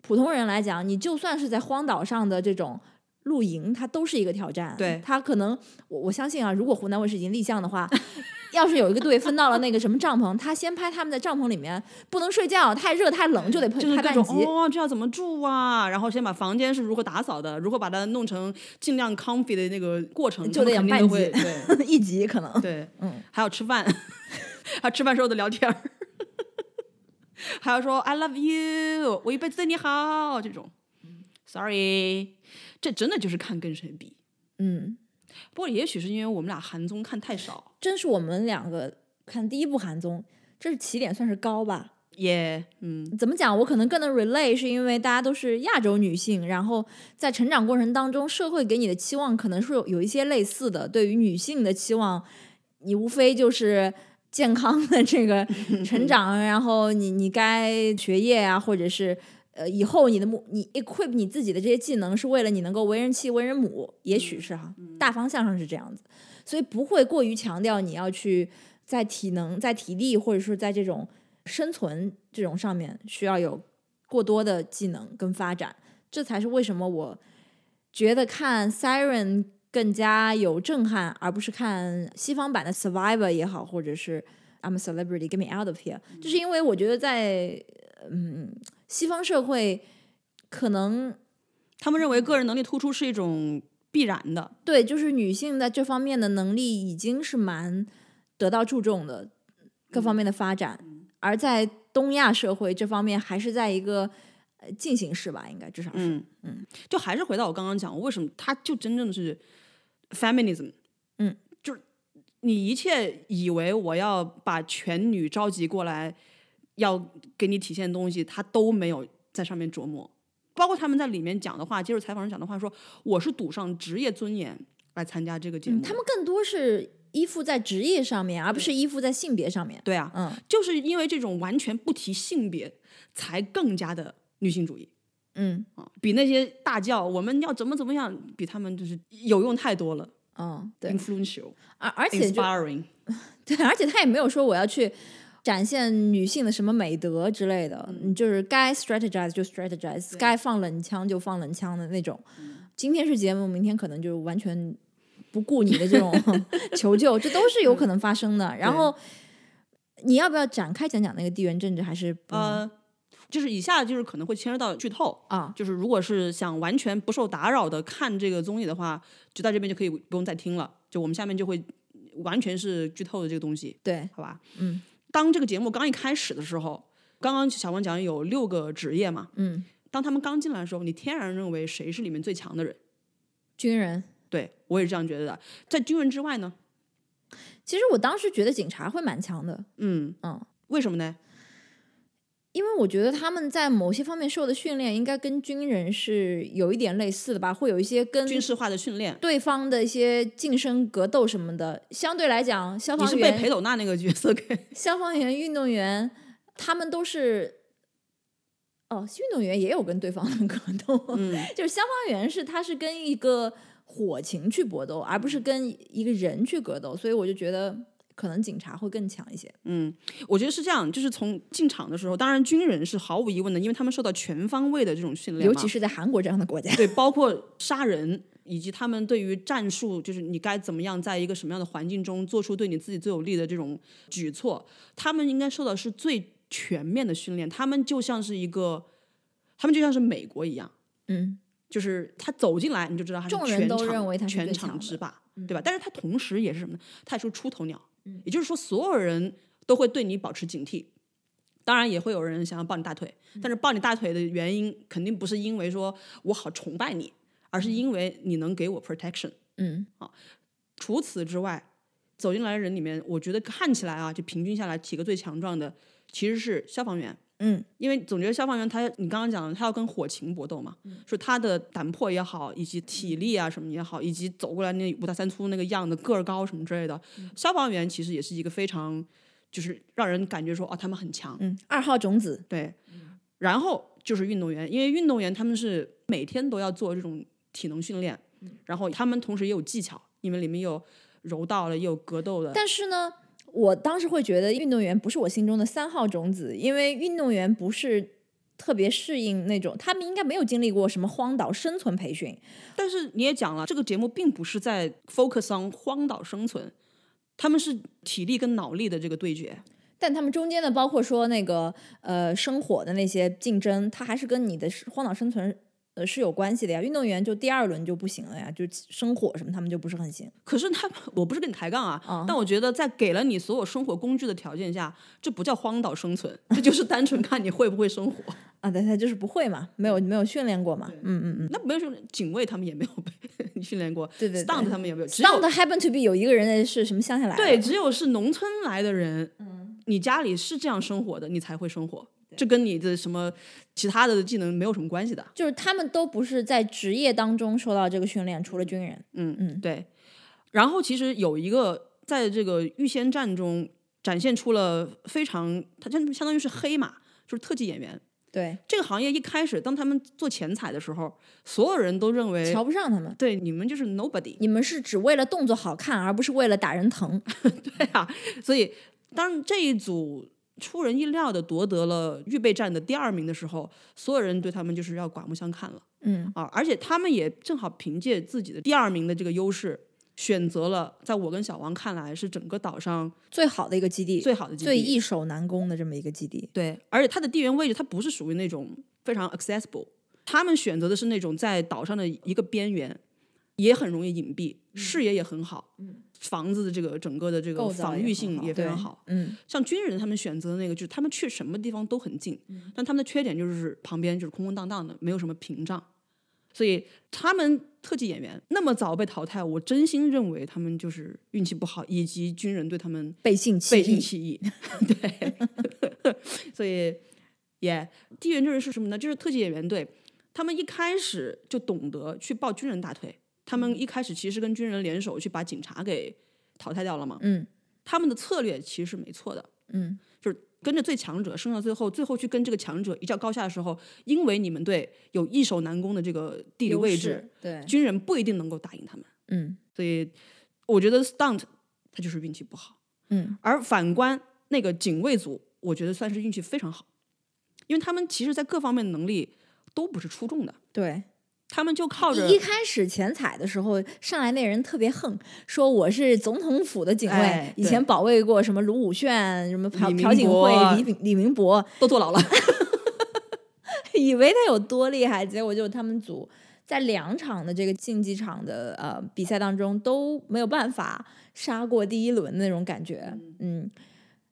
普通人来讲，你就算是在荒岛上的这种。露营，它都是一个挑战。对它可能我我相信啊，如果湖南卫视已经立项的话， 要是有一个队分到了那个什么帐篷，他先拍他们在帐篷里面不能睡觉，太热太冷，就得拍就是拍各半种集。哦，这要怎么住啊？然后先把房间是如何打扫的，如何把它弄成尽量 comfy 的那个过程，就他们得肯定演都半会集 对一集可能。对，嗯，还有吃饭， 还有吃饭时候的聊天儿，还有说 I love you，我一辈子对你好这种。Sorry，这真的就是看跟谁比。嗯，不过也许是因为我们俩韩综看太少，真是我们两个看第一部韩综，这是起点算是高吧？也、嗯，怎么讲？我可能更能 relate，是因为大家都是亚洲女性，然后在成长过程当中，社会给你的期望可能是有有一些类似的。对于女性的期望，你无非就是健康的这个成长，然后你你该学业啊，或者是呃以后你的目你 equip 你自己的这些技能，是为了你能够为人妻为人母，也许是哈，大方向上是这样子，所以不会过于强调你要去在体能、在体力或者说在这种生存这种上面需要有过多的技能跟发展，这才是为什么我觉得看 Siren 更加有震撼，而不是看西方版的 Survivor 也好，或者是 I'm a Celebrity Get Me Out of Here，就是因为我觉得在嗯西方社会可能他们认为个人能力突出是一种必然的，对，就是女性在这方面的能力已经是蛮得到注重的，各方面的发展，而在东亚社会这方面还是在一个呃进行式吧，应该至少是，嗯嗯，就还是回到我刚刚讲，为什么它就真正的是 feminism，嗯，就是你一切以为我要把全女召集过来，要给你体现东西，他都没有在上面琢磨，包括他们在里面讲的话，接受采访人讲的话说，我是赌上职业尊严来参加这个节目的，嗯他们更多是依附在职业上面，而不是依附在性别上面。对啊，嗯就是因为这种完全不提性别，才更加的女性主义。嗯啊，比那些大叫我们要怎么怎么样，比他们就是有用太多了嗯，对， ，influential，而而且就 inspiring， 对，而且他也没有说我要去展现女性的什么美德之类的，你就是该 strategize 就 strategize，该放冷枪就放冷枪的那种。今天是节目，明天可能就完全不顾你的这种 求救，这都是有可能发生的。然后，你要不要展开讲讲那个地缘政治？还是不能呃，就是以下就是可能会牵涉到剧透，啊？就是如果是想完全不受打扰的看这个综艺的话，就到这边就可以不用再听了，就我们下面就会完全是剧透的这个东西，对，好吧？嗯当这个节目刚一开始的时候，刚刚小王讲有六个职业嘛，嗯，当他们刚进来的时候，你天然认为谁是里面最强的人，军人。对我也是这样觉得的，在军人之外呢，其实我当时觉得警察会蛮强的，嗯嗯，为什么呢？因为我觉得他们在某些方面受的训练应该跟军人是有一点类似的吧，会有一些跟军事化的训练。对方的一些近身格斗什么的，相对来讲，消你防是被员、裴斗娜那个角色给消防员、运动员，他们都是。哦，运动员也有跟对方的格斗，嗯 就是消防员是他是跟一个火情去搏斗，而不是跟一个人去格斗，所以我就觉得可能警察会更强一些。嗯，我觉得是这样，就是从进场的时候，当然军人是毫无疑问的，因为他们受到全方位的这种训练尤嘛，其是在韩国这样的国家，对，包括杀人。以及他们对于战术，就是你该怎么样在一个什么样的环境中做出对你自己最有利的这种举措，他们应该受到是最全面的训练。他们就像是一个，他们就像是美国一样，嗯，就是他走进来你就知道他是众人全都场认为他是全最强场的嗯之霸，对吧？但是他同时也是什么呢？他也是出头鸟，也就是说所有人都会对你保持警惕。当然也会有人想要抱你大腿，嗯但是抱你大腿的原因肯定不是因为说我好崇拜你，而是因为你能给我 protection。嗯，除此之外，走进来的人里面，我觉得看起来啊，就平均下来几个最强壮的其实是消防员。嗯，因为总觉得消防员他，你刚刚讲了，他要跟火情搏斗嘛，说他的胆魄也好，以及体力啊什么也好，以及走过来那五大三粗那个样子，个儿高什么之类的。消防员其实也是一个非常，就是让人感觉说哦，他们很强。嗯，二号种子，对，嗯然后就是运动员，因为运动员他们是每天都要做这种体能训练，嗯然后他们同时也有技巧，因为里面有柔道的，也有格斗的。但是呢，我当时会觉得运动员不是我心中的三号种子，因为运动员不是特别适应那种，他们应该没有经历过什么荒岛生存培训，但是你也讲了，这个节目并不是在 focus on 荒岛生存，他们是体力跟脑力的这个对决。但他们中间的包括说那个呃生火的那些竞争，它还是跟你的是荒岛生存呃是有关系的呀。运动员就第二轮就不行了呀，就生火什么他们就不是很行。可是他，我不是跟你抬杠啊，嗯但我觉得在给了你所有生活工具的条件下，这不叫荒岛生存，这就是单纯看你会不会生活。啊，对，他就是不会嘛，没有没有训练过嘛，嗯嗯嗯。那没有说警卫他们也没有被 训练过，对对对 stunt 他们也没有，只有 Sound happen to be 有一个人是什么乡下来的？对，，只有是农村来的人，你家里是这样生活的，你才会生活。这跟你的什么其他的技能没有什么关系的。就是他们都不是在职业当中受到这个训练，除了军人。嗯嗯，对。然后其实有一个在这个预先战中展现出了非常，他相相当于是黑马，就是特技演员。对，这个行业一开始，当他们做前彩的时候，所有人都认为，瞧不上他们。对你们就是 nobody，你们是只为了动作好看，而不是为了打人疼。 对啊，所以当这一组出人意料的夺得了预备战的第二名的时候，所有人对他们就是要刮目相看了嗯，啊！而且他们也正好凭借自己的第二名的这个优势，选择了在我跟小王看来是整个岛上最好的一个基地，最好的基最地。易守难攻的这么一个基地。对，而且它的地缘位置它不是属于那种非常 accessible，他们选择的是那种在岛上的一个边缘，也很容易隐嗯蔽，视野也很好，房子的这个整个的这个构造防也御很性好也非常对好。嗯，像军人他们选择的那个，就是他们去什么地方都很近，但他们的缺点就是旁边就是空空荡荡的，没有什么屏障，所以他们特技演员那么早被淘汰，我真心认为他们就是运气不好，以及军人对他们背信弃背信义。弃义。 对， 所以也、地缘政治是什么呢？就是特技演员队，他们一开始就懂得去抱军人大腿，他们一开始其实跟军人联手去把警察给淘汰掉了嘛。嗯他们的策略其实是没错的，嗯，就是跟着最强者升到最后，最后去跟这个强者一较高下的时候，因为你们队有易守难攻的这个地理优位势置，，对，军人不一定能够打赢他们，嗯所以我觉得 stunt 他就是运气不好，嗯而反观那个警卫组，我觉得算是运气非常好，因为他们其实在各方面能力都不是出众的，对。他们就靠着一开始前彩的时候，上来那人特别横，说我是总统府的警卫，哎以对前保卫过什么卢武铉、什么朴李明朴槿博惠、李炳李明博，都坐牢了，以为他有多厉害，结果就他们组在两场的这个竞技场的呃比赛当中都没有办法杀过第一轮的那种感觉，嗯。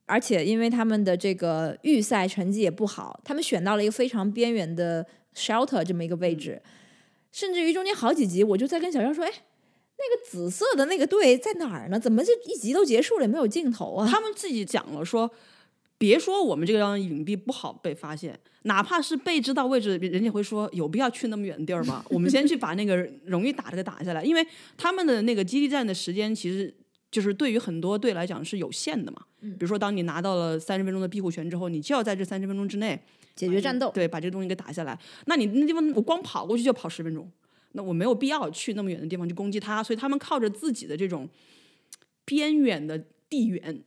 而且因为他们的这个预赛成绩也不好，他们选到了一个非常边缘的 shelter 这么一个位置，嗯甚至于中间好几集我就在跟小赵说：“哎，那个紫色的那个队在哪儿呢？怎么这一集都结束了也没有镜头啊他们自己讲了说，别说我们这个样隐蔽不好被发现，哪怕是被知道位置，人家会说有必要去那么远的地儿吗？我们先去把那个容易打的给打下来，因为他们的那个基地战的时间其实就是对于很多队来讲是有限的嘛。比如说，当你拿到了三十分钟的庇护权之后，你就要在这三十分钟之内解决战斗。对，把这个东西给打下来。那你那地方我光跑过去就要跑十分钟，那我没有必要去那么远的地方去攻击他，所以他们靠着自己的这种边远的地缘，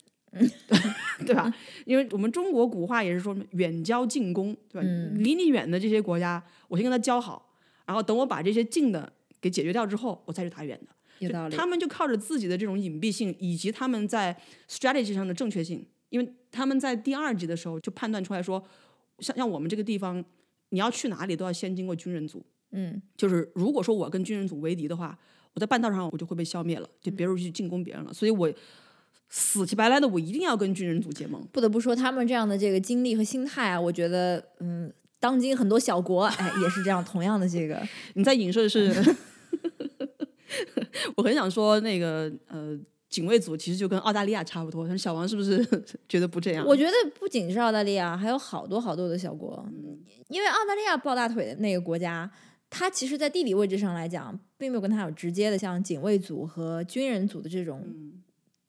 对吧？因为我们中国古话也是说远交近攻，对吧？离你远的这些国家，我先跟他交好，然后等我把这些近的给解决掉之后，我再去打远的。有道理，他们就靠着自己的这种隐蔽性，以及他们在 strategy 上的正确性，因为他们在第二集的时候就判断出来说，像像我们这个地方，你要去哪里都要先经过军人组。嗯，就是如果说我跟军人组为敌的话，我在半道上我就会被消灭了，就嗯别说去进攻别人了。所以我死乞白赖的，我一定要跟军人组结盟。不得不说他们这样的这个经历和心态啊，我觉得嗯，当今很多小国哎也是这样同样的这个，你在影射的是，我很想说那个呃。警卫组其实就跟澳大利亚差不多，但是小王是不是 觉得不这样？我觉得不仅是澳大利亚，还有好多好多的小国，因为澳大利亚抱大腿的那个国家。它其实，在地理位置上来讲，并没有跟它有直接的像警卫组和军人组的这种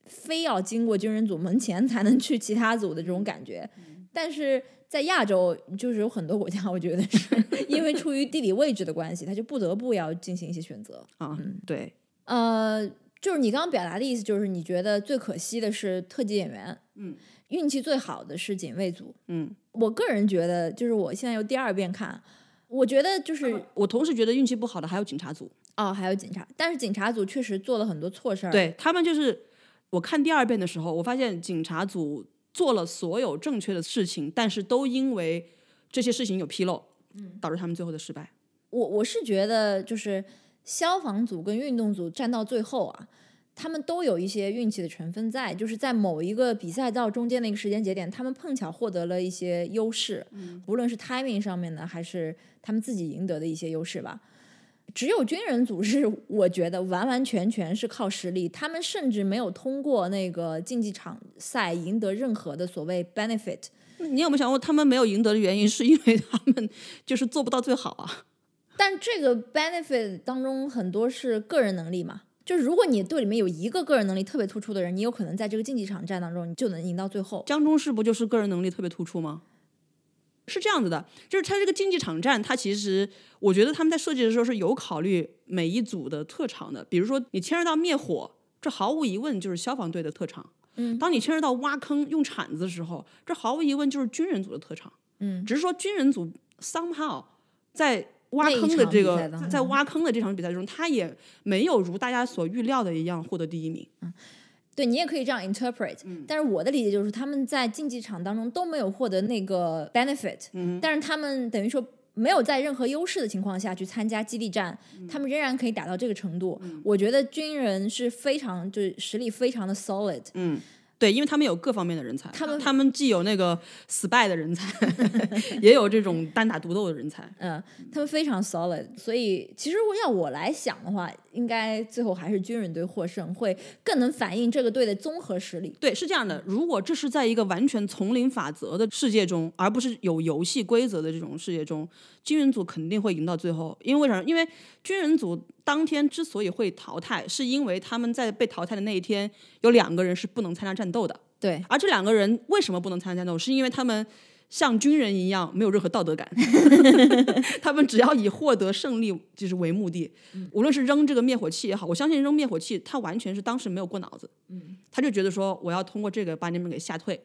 非要经过军人组门前才能去其他组的这种感觉。但是在亚洲，就是有很多国家，我觉得是 因为出于地理位置的关系，它就不得不要进行一些选择。啊，对，呃，就是你刚刚表达的意思，就是你觉得最可惜的是特技演员，嗯，运气最好的是警卫组。嗯，我个人觉得，就是我现在又第二遍看，我觉得就是我同时觉得运气不好的还有警察组，哦，还有警察，但是警察组确实做了很多错事儿。，对他们就是我看第二遍的时候，我发现警察组做了所有正确的事情，但是都因为这些事情有纰漏，嗯，导致他们最后的失败。我我是觉得就是消防组跟运动组站到最后啊。他们都有一些运气的成分在，就是在某一个比赛到中间的一个时间节点，他们碰巧获得了一些优势，无论是 timing 上面呢，还是他们自己赢得的一些优势吧。只有军人组是我觉得完完全全是靠实力，他们甚至没有通过那个竞技场赛赢得任何的所谓 benefit，那你有没有想过，他们没有赢得的原因是因为他们就是做不到最好啊？但这个 benefit 当中很多是个人能力嘛，就是如果你队里面有一个个人能力特别突出的人，你有可能在这个竞技场战当中你就能赢到最后。江中士不就是个人能力特别突出吗？是这样子的，就是他这个竞技场战，他其实我觉得他们在设计的时候是有考虑每一组的特长的。比如说，你牵涉到灭火，这毫无疑问就是消防队的特长。嗯当你牵涉到挖坑用铲子的时候，这毫无疑问就是军人组的特长。嗯，只是说军人组 somehow 在挖那一坑的场这比个赛当中在挖坑的这场比赛中，他也没有如大家所预料的一样获得第一名。对你也可以这样 interpret，、但是我的理解就是他们在竞技场当中都没有获得那个 benefit，、但是他们等于说。没有在任何优势的情况下去参加激励战，他们仍然可以打到这个程度。我觉得军人是非常就是实力非常的 solid，嗯，对，因为他们有各方面的人才，他们他们既有那个 spy 的人才， 也有这种单打独斗的人才。嗯，他们非常 solid，所以其实我要我来想的话，应该最后还是军人队获胜，会更能反映这个队的综合实力。对，是这样的。如果这是在一个完全丛林法则的世界中，而不是有游戏规则的这种世界中，军人组肯定会赢到最后。因为为啥？因为军人组当天之所以会淘汰，是因为他们在被淘汰的那一天，有两个人是不能参加战斗的。对，而这两个人为什么不能参加战斗？是因为他们像军人一样没有任何道 德感，他们只要以获得胜利就是为目的，嗯无论是扔这个灭火器也好，我相信扔灭火器他完全是当时没有过脑子，嗯他就觉得说我要通过这个把你们给吓退，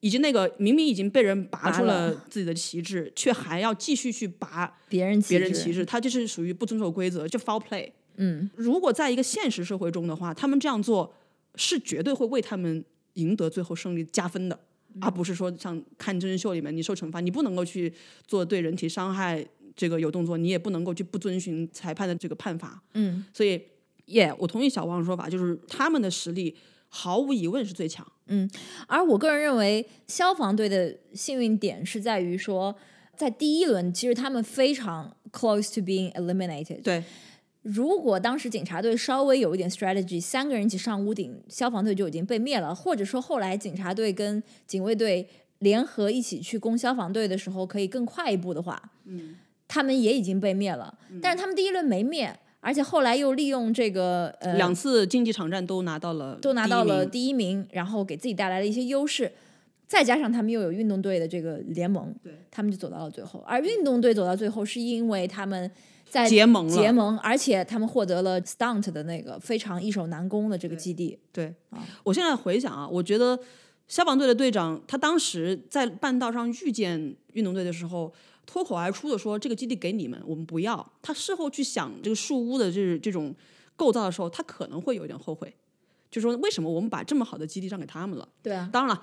以及那个明明已经被人拔拔出了了自己的旗帜，却还要继续去拔别人别人旗帜，帜，他就是属于不遵守规则，就 foul play。嗯，如果在一个现实社会中的话，他们这样做是绝对会为他们赢得最后胜利加分的，嗯而不是说像看真人秀里面你受惩罚，你不能够去做对人体伤害这个有动作，你也不能够去不遵循裁判的这个判罚。嗯，所以，耶、我同意小王的说法，就是他们的实力毫无疑问是最强。而我个人认为，消防队的幸运点是在于说，在第一轮其实他们非常 close to being eliminated。对，如果当时警察队稍微有一点 strategy，三个人一起上屋顶，消防队就已经被灭了。或者说后来警察队跟警卫队联合一起去攻消防队的时候，可以更快一步的话，嗯，他们也已经被灭了。但是他们第一轮没灭，而且后来又利用这个呃两次竞技场站都拿到了，都拿到了。第一名，然后给自己带来了一些优势，再加上他们又有运动队的这个联盟，对，他们就走到了最后。而运动队走到最后，是因为他们在结盟了结盟，而且他们获得了 Stunt 的那个非常易守难攻的这个基地。对啊，我现在回想啊，我觉得消防队的队长他当时在半道上遇见运动队的时候，脱口而出的说：“这个基地给你们，我们不要。”他事后去想这个树屋的这这种构造的时候，他可能会有一点后悔，就说为什么我们把这么好的基地让给他们了？对啊，当然了，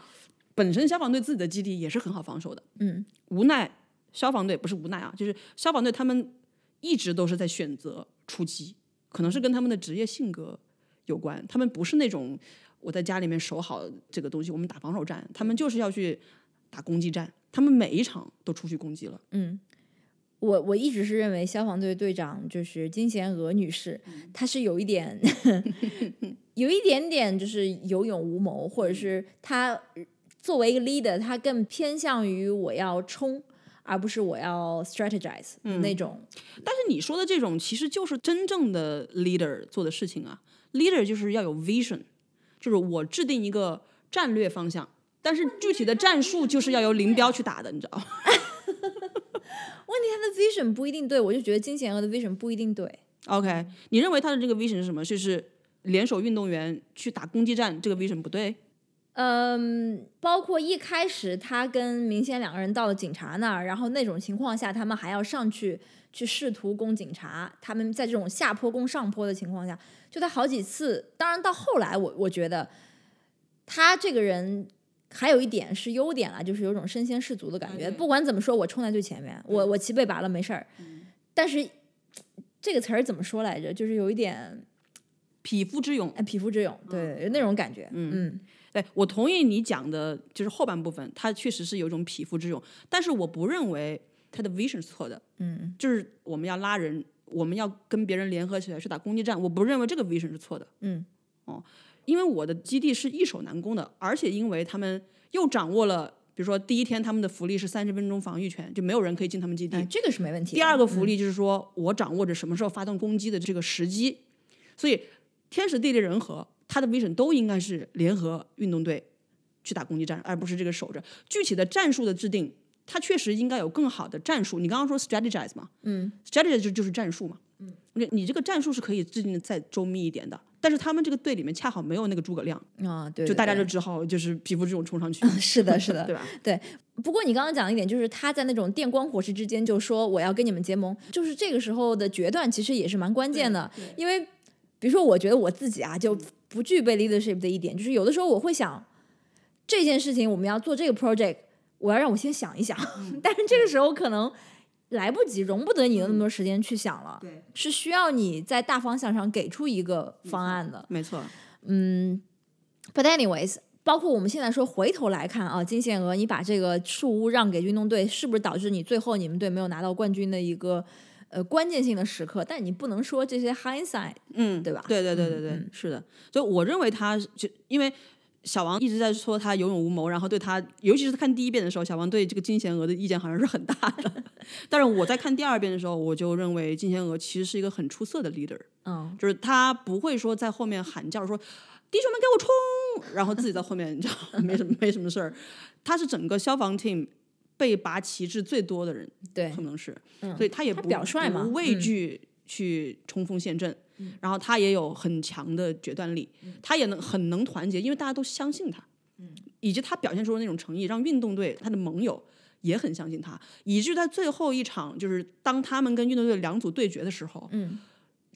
本身消防队自己的基地也是很好防守的。嗯，无奈消防队不是无奈啊，就是消防队他们一直都是在选择出击，可能是跟他们的职业性格有关。他们不是那种我在家里面守好这个东西，我们打防守战，他们就是要去打攻击战。他们每一场都出去攻击了，嗯我我一直是认为消防队队长就是金贤娥女士，她是有一点， 有一点点就是有勇无谋，或者是她作为一个 leader，她更偏向于我要冲，而不是我要 strategize 的那种。但是你说的这种其实就是真正的 leader 做的事情啊。leader 就是要有 vision，就是我制定一个战略方向，但是具体的战术就是要由林彪去打的，你知道吗？问题她的 vision 不一定对，我就觉得金贤娥的 vision 不一定对。 OK，你认为他的这个 vision 是什么？就是联手运动员去打攻击战，这个 vision 不对。嗯，包括一开始他跟明显两个人到了警察那儿，然后那种情况下，他们还要上去去试图攻警察。他们在这种下坡攻上坡的情况下，就他好几次。当然，到后来我我觉得他这个人还有一点是优点啦，就是有种身先士卒的感觉。啊对不管怎么说，我冲在最前面，我我齐备拔了没事儿。嗯但是这个词儿怎么说来着？就是有一点匹夫之勇，哎匹夫之勇，对、那种感觉。嗯对我同意你讲的，就是后半部分，他确实是有一种匹夫之勇，但是我不认为他的 vision 是错的，嗯就是我们要拉人，我们要跟别人联合起来去打攻击战，我不认为这个 vision 是错的，哦嗯，因为我的基地是易守难攻的，而且因为他们又掌握了，比如说第一天他们的福利是三十分钟防御权，就没有人可以进他们基地，哎，这个是没问题的。嗯第二个福利就是说我掌握着什么时候发动攻击的这个时机，所以天时地利人和，他的 vision 都应该是联合运动队去打攻击战，而不是这个守着。具体的战术的制定，他确实应该有更好的战术。你刚刚说 strategize 嘛，嗯。 strategy 就就是战术嘛。嗯，你你这个战术是可以制定的再周密一点的，但是他们这个队里面恰好没有那个诸葛亮，啊，对，就对大家就对只好就是皮肤这种冲上去， 是的，是对的，吧？对。不过你刚刚讲的一点，就是他在那种电光火石之间就说我要跟你们结盟，就是这个时候的决断其实也是蛮关键的，因为比如说我觉得我自己啊嗯就不具备 leadership 的一点，就是有的时候我会想这件事情我们要做这个 project，我要让我先想一想，嗯 但是这个时候可能。来不及，容不得你有那么多时间去想了，对，是需要你在大方向上给出一个方案的。没错，嗯，but anyways，包括我们现在说回头来看啊，金贤娥，你把这个树屋让给运动队，是不是导致你最后你们队没有拿到冠军的一个呃关键性的时刻？但你不能说这些 hindsight，嗯，对吧对对对对对，嗯是的。所以我认为他就因为小王一直在说他有勇无谋，然后对他，尤其是看第一遍的时候，小王对这个金贤娥的意见好像是很大的。 但是我在看第二遍的时候，我就认为金贤娥其实是一个很出色的 leader，嗯，就是他不会说在后面喊叫说弟兄们给我冲，然后自己在后面你知道 没什么没什么事儿。他是整个消防 team 被拔旗帜最多的人，对可，能是，所以他也嗯他不表率嘛嗯不畏惧去冲锋陷阵，然后他也有很强的决断力，嗯他也能很能团结，因为大家都相信他，以及他表现出的那种诚意，让运动队他的盟友也很相信他，以至于在最后一场，就是当他们跟运动队两组对决的时候，嗯，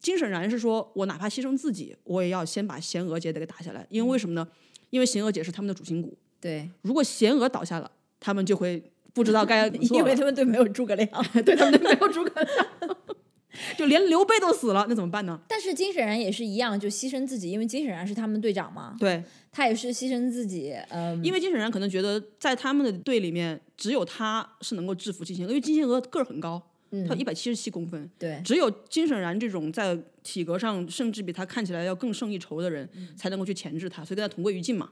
金沈然是说我哪怕牺牲自己，我也要先把贤娥姐得给打下来，因为为什么呢？因为贤娥姐是他们的主心骨，对，如果贤娥倒下了，他们就会不知 道该怎么做因了为他们队没有诸葛亮， 对他们队没有诸葛亮。 就连刘备都死了，那怎么办呢？但是金沈然也是一样，就牺牲自己，因为金沈然是他们队长嘛，对，他也是牺牲自己，嗯，因为金沈然可能觉得在他们的队里面，只有他是能够制服金星娥，因为金星娥个儿很高，他嗯一百七十七公分，对，只有金沈然这种在体格上甚至比他看起来要更胜一筹的人，嗯才能够去钳制他，所以跟他同归于尽嘛。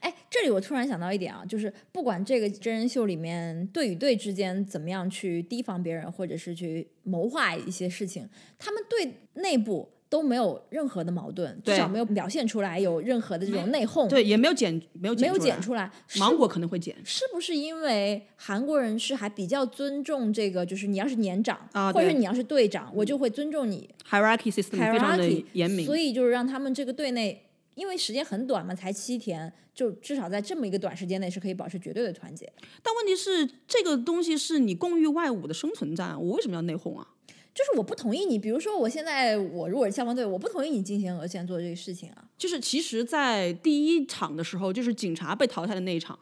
哎，这里我突然想到一点啊，就是不管这个真人秀里面对与对之间怎么样去提防别人，或者是去谋划一些事情，他们对内部都没有任何的矛盾，至对少没有表现出来有任何的这种内讧，对，也没有剪，没有嗯没剪有出来，剪出来。是芒果可能会剪，是不是因为韩国人是还比较尊重这个？就是你要是年长，啊或者对是你要是队长，我就会尊重你 hierarchy system 非常的 hierarchy，严明所。以就是让他们这个队内。因为时间很短嘛，才七天，就至少在这么一个短时间内是可以保持绝对的团结。但问题是，这个东西是你共御外侮的生存战，我为什么要内讧啊？就是我不同意你，比如说我现在我如果是消防队，我不同意你进行额线做这个事情啊。就是其实，在第一场的时候，就是警察被淘汰的那一场，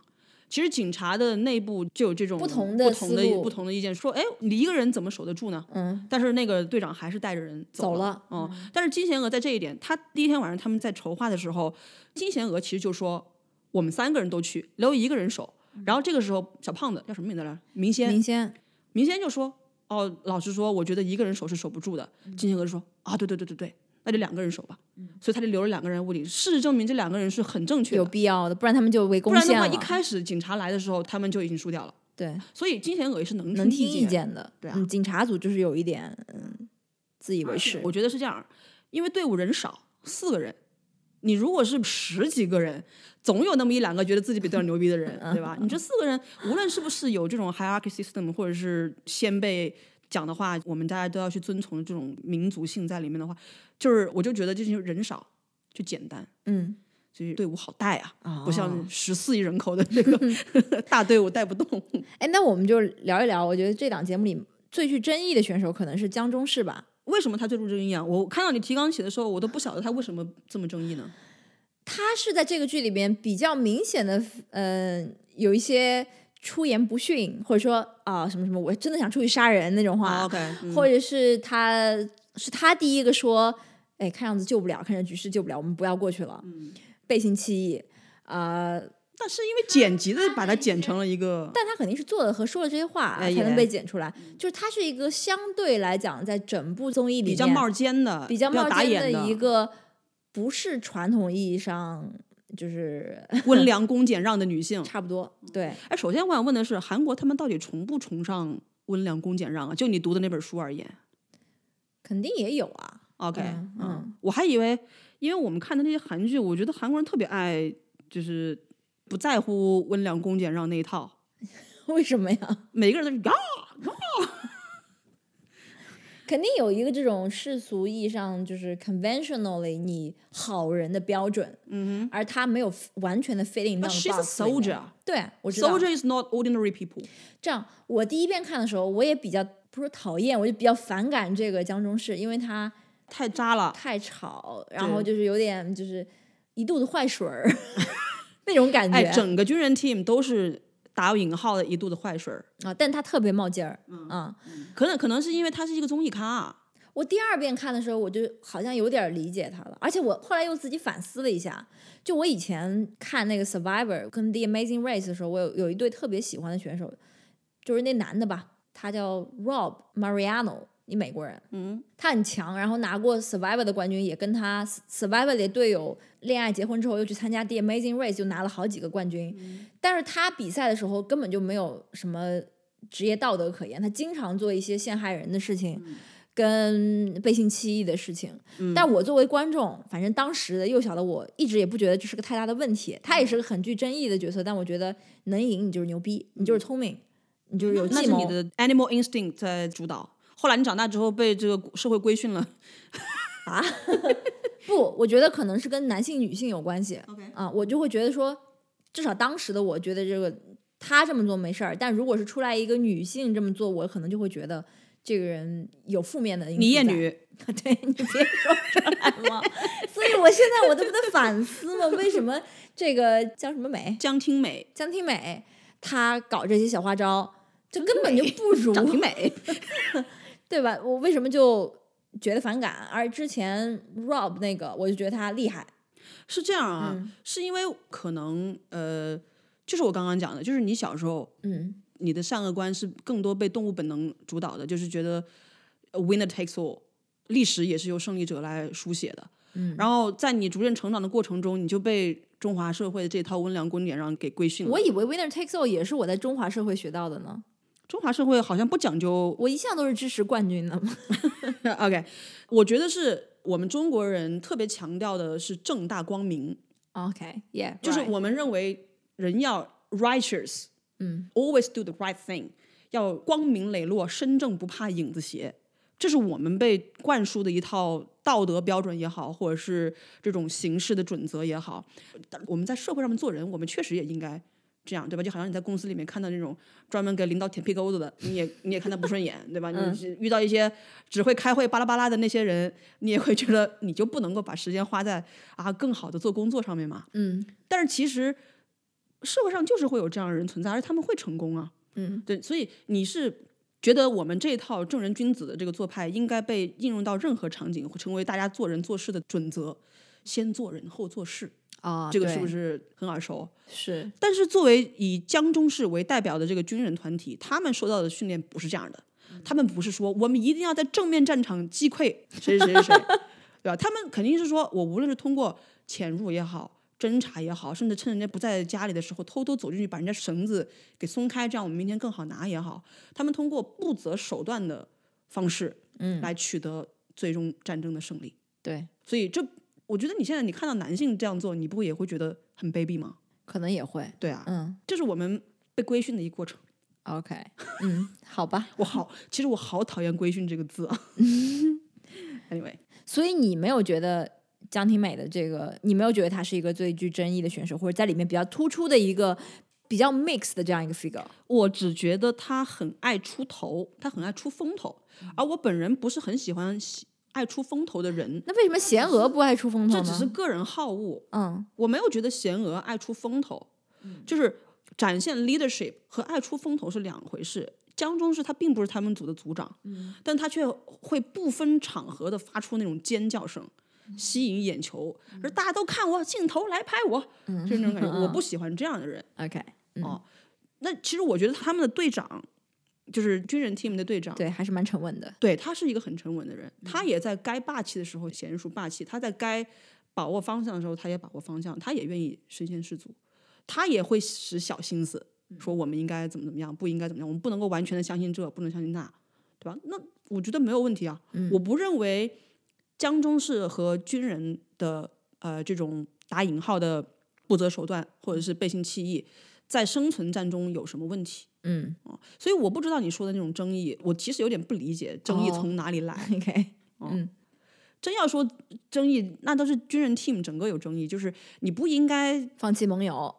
其实警察的内部就有这种不不同同的的思路不同的意见，说，哎，你一个人怎么守得住呢？嗯，但是那个队长还是带着人走了。了，嗯哦、但是金贤娥在这一点，他第一天晚上他们在筹划的时候，金贤娥其实就说，我们三个人都去，留一个人守。然后这个时候，小胖子叫什么名字来着？明仙，嗯明先明先就说：“哦，老实说，我觉得一个人守是守不住的。”嗯金贤娥就说：“啊，对对对对对，那就两个人守吧。”所以他就留了两个人物理。事实证明，这两个人是很正确有的，必要的，不然他们就围不攻然的线话，了。一开始警察来的时候，他们就已经输掉了。对，所以金贤娥也是能能听听意见的。对啊嗯，警察组就是有一点嗯自以为是。我觉得是这样，因为队伍人少，四个人。你如果是十几个人，总有那么一两个觉得自己比队长牛逼的人，嗯对吧？你这四个人，无论是不是有这种 hierarchy system，或者是先辈讲的话，我们大家都要去遵从这种民族性在里面的话，就是我就觉得这就是人少就简单，嗯，就是队伍好带啊，不哦像十四亿人口的这 个大队伍带不动。哎，那我们就聊一聊，我觉得这档节目里最具争议的选手可能是江中士吧。为什么他最注争议啊？我看到你提纲起的时候，我都不晓得他为什么这么争议呢？他是在这个剧里边比较明显的，嗯、有一些出言不逊，或者说啊、什么什么，我真的想出去杀人那种话。啊，OK，嗯或者是他是他第一个说，哎，看样子救不了，看着局势救不了，我们不要过去了。嗯，背信弃义啊、呃但是因为剪辑的把它剪成了一嗯个，但他肯定是做了和说了这些话哎才能也被剪出来。就是他是一个相对来讲，在整部综艺里比较面冒尖的、比较冒打尖眼一个，不是传统意义上就是 温良恭俭让的女性。差不多对。 哎，首先我想问的是，韩国他们到底崇不崇尚温良恭俭让啊？就你读的那本书而言肯定也有啊， ，OK，嗯嗯我还以为，因为我们看的那些韩剧，我觉得韩国人特别爱，就是不在乎温良恭俭让那一套，为什么呀？每个人都是呀，肯定有一个这种世俗意义上就是 conventionally 你好人的标准，嗯而他没有 f- 完全的 fitting 到 But she's a box 里面 soldier. 啊对，我知道。 Soldier is not ordinary people。这样，我第一遍看的时候，我也比较不是讨厌，我就比较反感这个江中士，因为他太渣了，太吵，然后就是有点就是一肚子坏水儿 那种感觉。哎，整个军人 team 都是打引号的一肚子坏水儿，啊，但他特别冒劲儿，嗯啊、可能可能是因为他是一个综艺咖啊、我第二遍看的时候，我就好像有点理解他了，而且我后来又自己反思了一下，就我以前看那个《Survivor》跟《The Amazing Race》的时候，我有有一对特别喜欢的选手，就是那男的吧，他叫 Rob Mariano，一美国人，嗯，他很强，然后拿过《Survivor》的冠军，也跟他《Survivor》里的队友恋爱结婚之后，又去参加《The Amazing Race》，就拿了好几个冠军。嗯但是他比赛的时候根本就没有什么职业道德可言，他经常做一些陷害人的事情。嗯跟背信弃义的事情，但我作为观众，反正当时的幼小的我，一直也不觉得这是个太大的问嗯题。他也是个很具争议的角色，但我觉得能赢你就是牛逼，你就是聪明，你就是有那计是谋。你的 animal instinct 在主导。后来你长大之后被这个社会规训了，不，我觉得可能是跟男性、女性有关系。 OK 啊，我就会觉得说，至少当时的我觉得这个他这么做没事儿，但如果是出来一个女性这么做，我可能就会觉得这个人有负面的因素。你厌，女， 对你别说出来了。 所以我现在我都不得反思嘛，为什么这个叫什么美江 听美，江听美她搞这些小花招，就根本就不如张挺美，对吧？我为什么就觉得反感？而之前 Rob 那个，我就觉得他厉害。 是这样啊？嗯是因为可能呃，就是我刚刚讲的，就是你小时候嗯，你的善恶观是更多被动物本能主导的，就是觉得呃 winner takes all，历史也是由胜利者来书写的。嗯、然后在你逐渐成长的过程中，你就被中华社会的这套温良恭俭让给规训了。我以为 winner takes all 也是我在中华社会学到的呢，中华社会好像不讲究我一向都是支持冠军的 嘛。 OK，我觉得是我们中国人特别强调的是正大光明， OK，yeah，、就是我们认为人要 righteous，嗯，always do the right thing，要光明磊落，身正不怕影子斜。这是我们被灌输的一套道德标准也好，或者是这种形式的准则也好。但我们在社会上面做人，我们确实也应该这样，对吧？就好像你在公司里面看到那种专门给领导舔屁股子的，你也你也看他不顺眼，对吧？你是遇到一些只会开会巴拉巴拉的那些人，你也会觉得你就不能够把时间花在啊更好的做工作上面嘛。嗯但是其实社会上就是会有这样的人存在，而且他们会成功啊。嗯，对，所以你是觉得我们这套正人君子的这个做派应该被应用到任何场景，成为大家做人做事的准则，先做人后做事，啊，这个是不对是很耳熟？是？但是作为以江中市为代表的这个军人团体，他们受到的训练不是这样的，嗯他们不是说我们一定要在正面战场击 溃谁谁谁谁谁，对吧？他们肯定是说我无论是通过潜入也好。侦查也好，甚至趁人家不在家里的时候，偷偷走进去把人家绳子给松开，这样我们明天更好拿也好，他们通过不择手段的方式，嗯来取得最终战争的胜利。对，所以这，我觉得你现在你看到男性这样做，你不会也会觉得很卑鄙吗？可能也会。对啊，嗯这是我们被规训的一个过程。 ，OK，嗯，好吧。我好，其实我好讨厌“规训”这个字 啊。anyway，所以你没有觉得江婷美的这个，你没有觉得她是一个最具争议的选手，或者在里面比较突出的一个比较 mix 的这样一个 figure？我只觉得他很爱出头，他很爱出风头，而我本人不是很喜欢喜爱出风头的人，那为什么贤娥不爱出风头这呢？只是个人好恶。嗯我没有觉得贤娥爱出风头，就是展现 leadership 和爱出风头是两回事。江中是他并不是他们组的组长，但他却会不分场合的发出那种尖叫声，吸引眼球，而大家都看我，镜头来拍我，就是那种感觉。我不喜欢这样的人。 ，OK，嗯哦那其实我觉得他们的队长，就是军人 team 的队长，对，还是蛮沉稳的。对他是一个很沉稳的人，他也在该霸气的时候娴熟霸气，他在该把握方向的时候，他也把握方向，他也愿意身先士卒，他也会使小心思，说我们应该怎么怎么样，不应该怎么样，我们不能够完全的相信这，不能相信那，对吧？那我觉得没有问题啊，我不认为江中士和军人的呃这种打引号的不择手段或者是背信弃义，在生存战中有什么问题。嗯所以我不知道你说的那种争议，我其实有点不理解争议哦从哪里来。 ，OK，真要说争议，那都是军人 team 整个有争议，就是你不应该放弃盟友，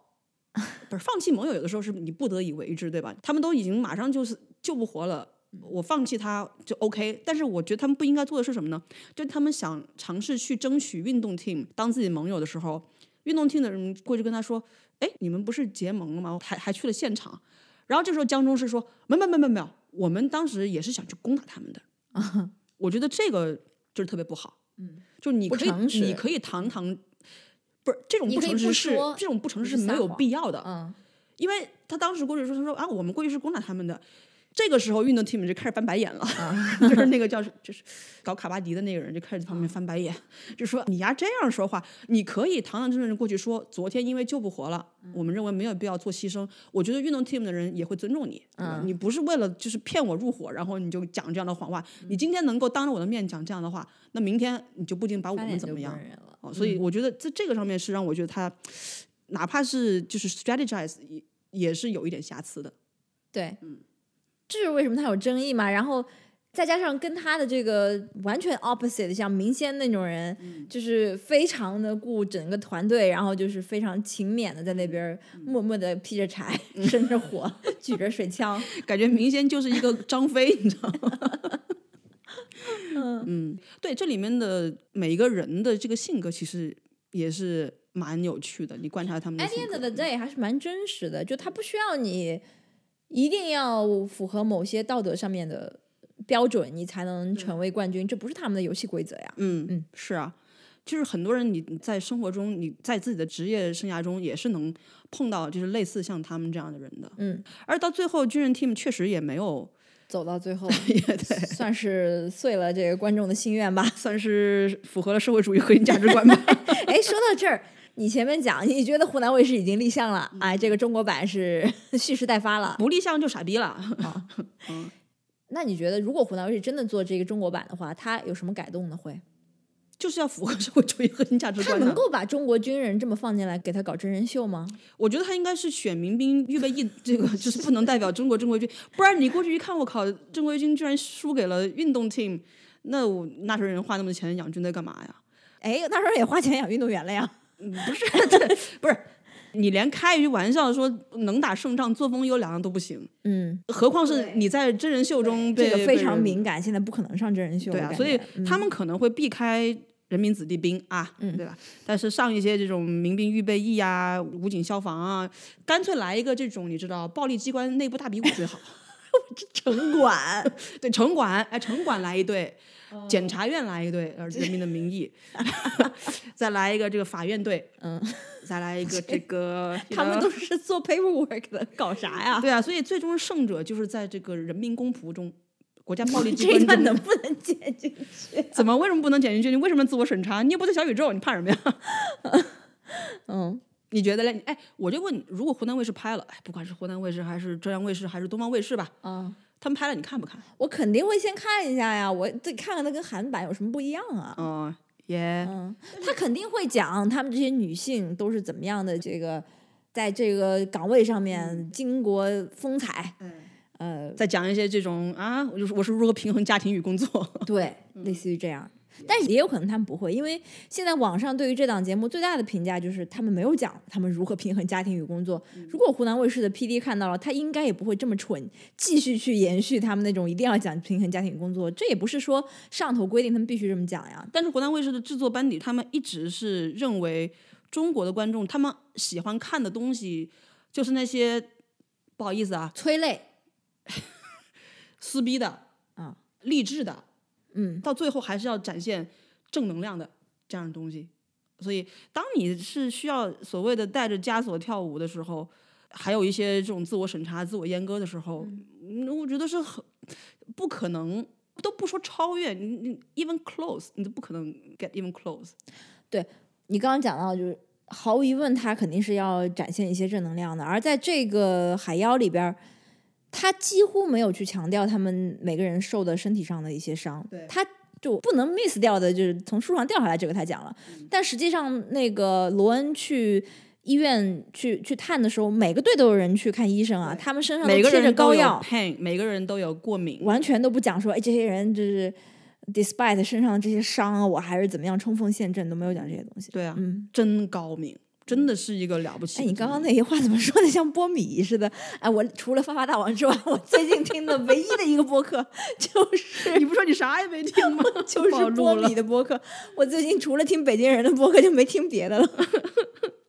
不是放弃盟友，有的时候是你不得已为之，对吧？他们都已经马上就是救不活了，嗯我放弃他就 OK。但是我觉得他们不应该做的是什么呢？就是他们想尝试去争取运动 team 当自己盟友的时候，运动 team 的人过去跟他说：“哎，你们不是结盟了吗？还还去了现场。”然后这时候江中是说：“没有没有没有没有，我们当时也是想去攻打他 们的。”我觉得这个就是特别不好。嗯，就是你不可以诚实嗯你可以堂堂。不是这种你不可以诚不实是说这种不诚实就是没撒有谎必要的，嗯，因为他当时过去说，他说啊，我们过去是攻打他们的。这个时候，运动 team 就开始翻白眼了， 就是那个叫就是搞卡巴迪的那个人就开始在旁边翻白眼，就说你呀这样说话，你可以堂堂正正地过去说，昨天因为救不活了，我们认为没有必要做牺牲。我觉得运动 team 的人也会尊重你，对吧你不是为了就是骗我入伙，然后你就讲这样的谎话。你今天能够当着我的面讲这样的话，那明天你就不一定把我我们怎么样。人了。哦，所以我觉得在这个上面是让我觉得他，哪怕是就是 strategize 也也是有一点瑕疵的。对，这就是为什么他有争议嘛。然后再加上跟他的这个完全 opposite，像明仙那种人，就是非常的顾整个团队，然后就是非常勤勉的在那边儿默默的劈着柴， 生着火，举着水 枪。感觉明显就是一 个张飞，你知道吗？ 嗯，对，这里面的每一个人的这个性格其实也是蛮有趣的，你观察他们的 At the 性 end 格 of 哎 the day，还是蛮真实的，就他不需要你一定要符合某些道德上面的标准，你才能成为冠军，这不是他们的游戏规则呀。嗯嗯是啊，就是很多人你你在生活中，你在自己的职业生涯中也是能碰到就是类似像他们这样的人的。嗯，而到最后，军人 team 确实也没有， 走到最后，也对， 算是碎了这个观众的心愿吧。 算是符合了社会主义核心价值观 吧。哎，说到这儿，你前面讲，你觉得湖南卫视已经立项了，哎，这个中国版是 蓄势待发了。不立项就傻逼了。 嗯那你觉得，如果湖南卫视真的做这个中国版的话，它有什么改动呢？会，就是要符合社会主义核心价值它观、能的。够把中国军人这么放进来，给他搞真人秀吗？我觉得他应该是选民兵预备役，这个 就是不能代表中国正规军，不然你过去一看，我靠，正规军居然输给了运动 team，那我纳税人花那么多钱养军队干嘛呀？哎，那时候也花钱养运动员了 呀。嗯不是 这，不是，你连开一句玩笑说能打胜仗、作风优良都不行， 嗯，何况是你在真人秀中被这个非常被人敏感，现在不可能上真人秀了。对啊，感所以觉嗯他们可能会避开人民子弟兵啊，对吧？但是上一些这种民兵预备役啊、武警消防啊，干脆来一个这种，你知道，暴力机关内部大比武 最好。城管 对，城管，哎，城管来一队，哦检察院来一队，呃，人民的 名义， 再来一个这个法院队，嗯，再来 一个这个，you 他们 know 都是做 paperwork 的，搞啥呀？对啊，所以最终胜者就是在这个人民公仆中。国家暴力机这一关段中能不能剪进去？怎么为什么不能减进去？你为什么自我审查？你又不在小宇宙，你怕什么呀？嗯，你觉得嘞？哎，我就问你，如果湖南卫视拍了，哎，不管是湖南卫视还是浙江卫视还是东方卫视吧，啊，他们拍了你看不看？我肯定会先看一下呀，我得看看它跟韩版有什么不一样啊。哦，耶，嗯，他肯定会讲他们这些女性都是怎么样的这个，在这个岗位上面巾帼风采。呃，再讲一些这种啊，我就是我是如何平衡家庭与工作。 对，类似于这样。但是也有可能他们不会，因为现在网上对于这档节目最大的评价就是他们没有讲他们如何平衡家庭与工作。 如果湖南卫视的 PD 看到了，他应该也不会这么蠢，继续去延续他们那种一定要讲平衡家庭与工作。这也不是说上头规定他们必须这么讲呀。但是湖南卫视的制作班底，他们一直是认为中国的观众他们喜欢看的东西就是那些不好意思啊，催泪，撕逼的啊，励志的，嗯，到最后还是要展现正能量的这样的东西。所以，当你是需要所谓的带着枷锁跳舞的时候，还有一些这种自我审查、自我阉割的时候，嗯我觉得是很不可能，都不说超越，你你 even close，你都不可能 get even close。你刚刚讲到就是。毫无疑问，他肯定是要展现一些正能量的。而在这个《海妖》里边儿，他几乎没有去强调他们每个人受的身体上的一些伤，他就不能 miss 掉的，就是从树上掉下来这个他讲了。嗯但实际上，那个罗恩去医院去去探的时候，每个队都有人去看医生啊，他们身上都每个贴着人膏都有药， pain，每个人都有过敏，完全都不讲说，哎，这些人就是 despite 身上的这些伤啊，我还是怎么样冲锋陷阵，都没有讲这些东西。对啊，嗯。真高明，真的是一个了不起哎，的。你刚刚那些话怎么说的像波米似的？哎，我除了发发大王之外，我最近听的唯一的一个播客就是你不说你啥也没听吗？ 就暴是露波了米的播客。我最近除了听北京人的播客，就没听别的了。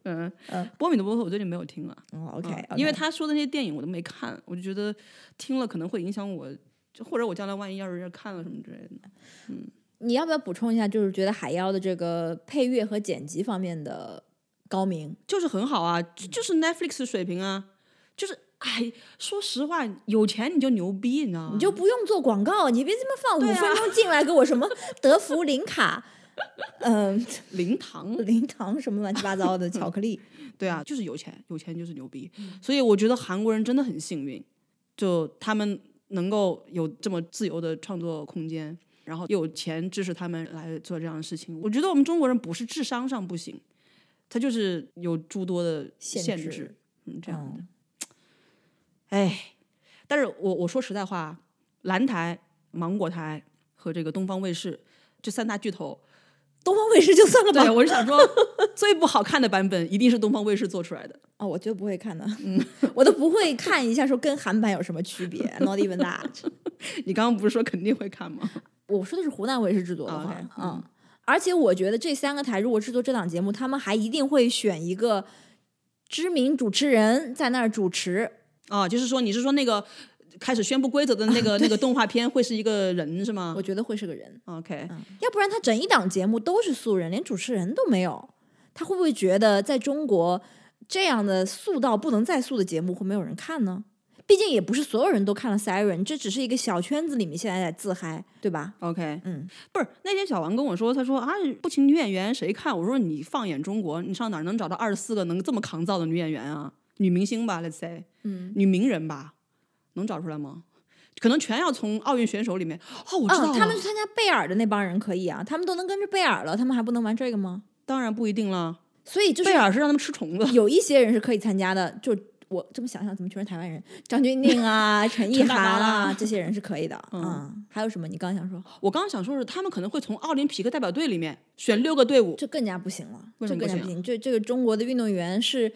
嗯嗯，波米的播客我最近没有听了。哦，OK，, 嗯因为他说的那些电影我都没看，我就觉得听了可能会影响我，就或者我将来万一要是看了什么之类嗯的。你要不要补充一下？就是觉得海妖的这个配乐和剪辑方面的高明，就是很好啊，就就是 Netflix 的水平啊，就是哎，说实话，有钱你就牛逼，你知道吗？你就不用做广告，你别这么放五对啊分钟进来给我什 么德芙林卡， 嗯、灵堂，啊零糖什么乱七八糟的巧克力。对嗯啊，就是有钱，有钱就是牛逼。所以我觉得韩国人真的很幸运，就他们能够有这么自由的创作空间，然后又有钱支持他们来做这样的事情。我觉得我们中国人不是智商上不行，他就是有诸多的限限制嗯，这样的。哎，但是我我说实在话，蓝台、芒果台和这个东方卫视这三大巨 头，东方卫视就算了吧对，我是想说，最不好看的版本一定是东方卫视做出来的。哦，我绝不会看的， 我都不会看一下说跟韩版有什么区 别，not even that。你刚刚不是说肯定会看吗？ 我说的是湖南卫视制作的话 OK，嗯，而且我觉得这三个台如果制作这档节目，他们还一定会选一个知名主持人在那儿主持，啊，就是说你是说那个开始宣布规则的 那个那个动画片会是一个人是吗我觉得会是个人， ？OK，要不然他整一档节目都是素人，连主持人都没有，他会不会觉得在中国这样的素到不能再素的节目会没有人看呢？毕竟也不是所有人都看了 Siren，这只是一个小圈子里面现在在自嗨，对吧？ OK，嗯，不是那天小王跟我说，他说啊，不请女演员谁看？我说你放眼中国，你上哪儿能找到二十四个能这么抗造的女演员啊？女明星吧，Let's say，嗯，女名人吧，能找出来吗？可能全要从奥运选手里面。哦，我知道、嗯，他们去，参加贝尔的那帮人可以啊，他们都能跟着贝尔了，他们还不能玩这个吗？当然不一定了。所以就是贝尔是让他们吃虫子，有一些人是可以参加的，就我这么想想，怎么全是台湾人？张钧甯啊、陈意 陈大涵妈啊啦，这些人是可以的啊、嗯还有什么？你刚刚想说，我刚刚想说是他们可能会从奥林匹克代表队里面选六个队伍。这更加不行了，为这什么更加不不行。这这个中国的运动员是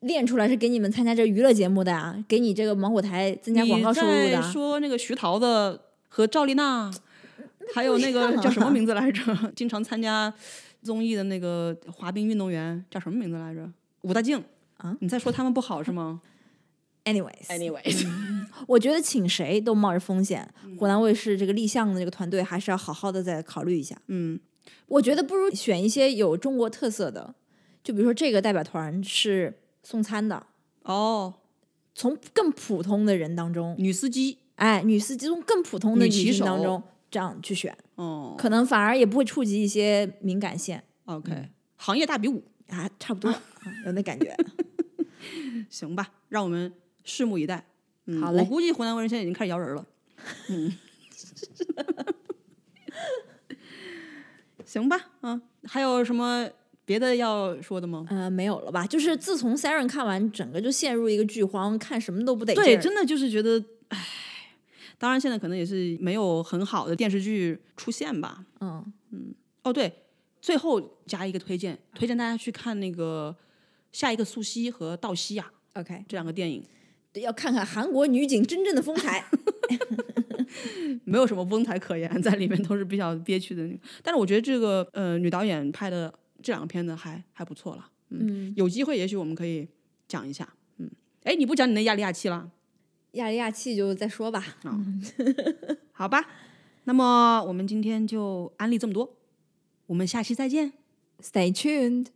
练出来是给你们参加这娱乐节目的啊，给你这个芒果台增加广告收入你的在啊。说那个徐桃子和赵丽娜，还有那个叫什么名字来着？ 经常参加综艺的那个滑冰运动员叫什么名字来着？武大靖啊？你在说他们不好是吗 Anyways， ？Anyways，我觉得请谁都冒着风险，嗯湖南卫视这个立项的这个团队还是要好好的再考虑一下。嗯，我觉得不如选一些有中国特色的，就比如说这个代表团是送餐的，哦，从更普通的人当中，女司机，哎，女司机从更普通的女女骑性当手中这样去选，哦可能反而也不会触及一些敏感线，OK，行业大比武，啊，差不多啊有那感觉。行吧，让我们拭目以待。嗯，好我嘞估计湖南卫视现在已经开始摇人了。嗯，行吧，嗯，还有什么别的要说的吗？ 呃，没有了吧？就是自从 Siren 看完，整个就陷入一个剧荒，看什么都不得劲对，儿真的就是觉得，唉，当然现在可能也是没有很好的电视剧出现吧。嗯，哦，对，最后加一个推荐，推荐大家去看那个下一个素汐和道西亚 OK，这两个电影，对要看看韩国女警真正的风 采。没有什么风采可言， 在里面都是比较憋屈的那个。但是我觉得这个呃女导演拍的这两个片子还还不错了，嗯，有机会也许我们可以讲一下。嗯，哎，你不讲你那亚利亚期啦？亚里亚气就再说吧。好吧，那么我们今天就安利这么多，我们下期再见。 Stay tuned。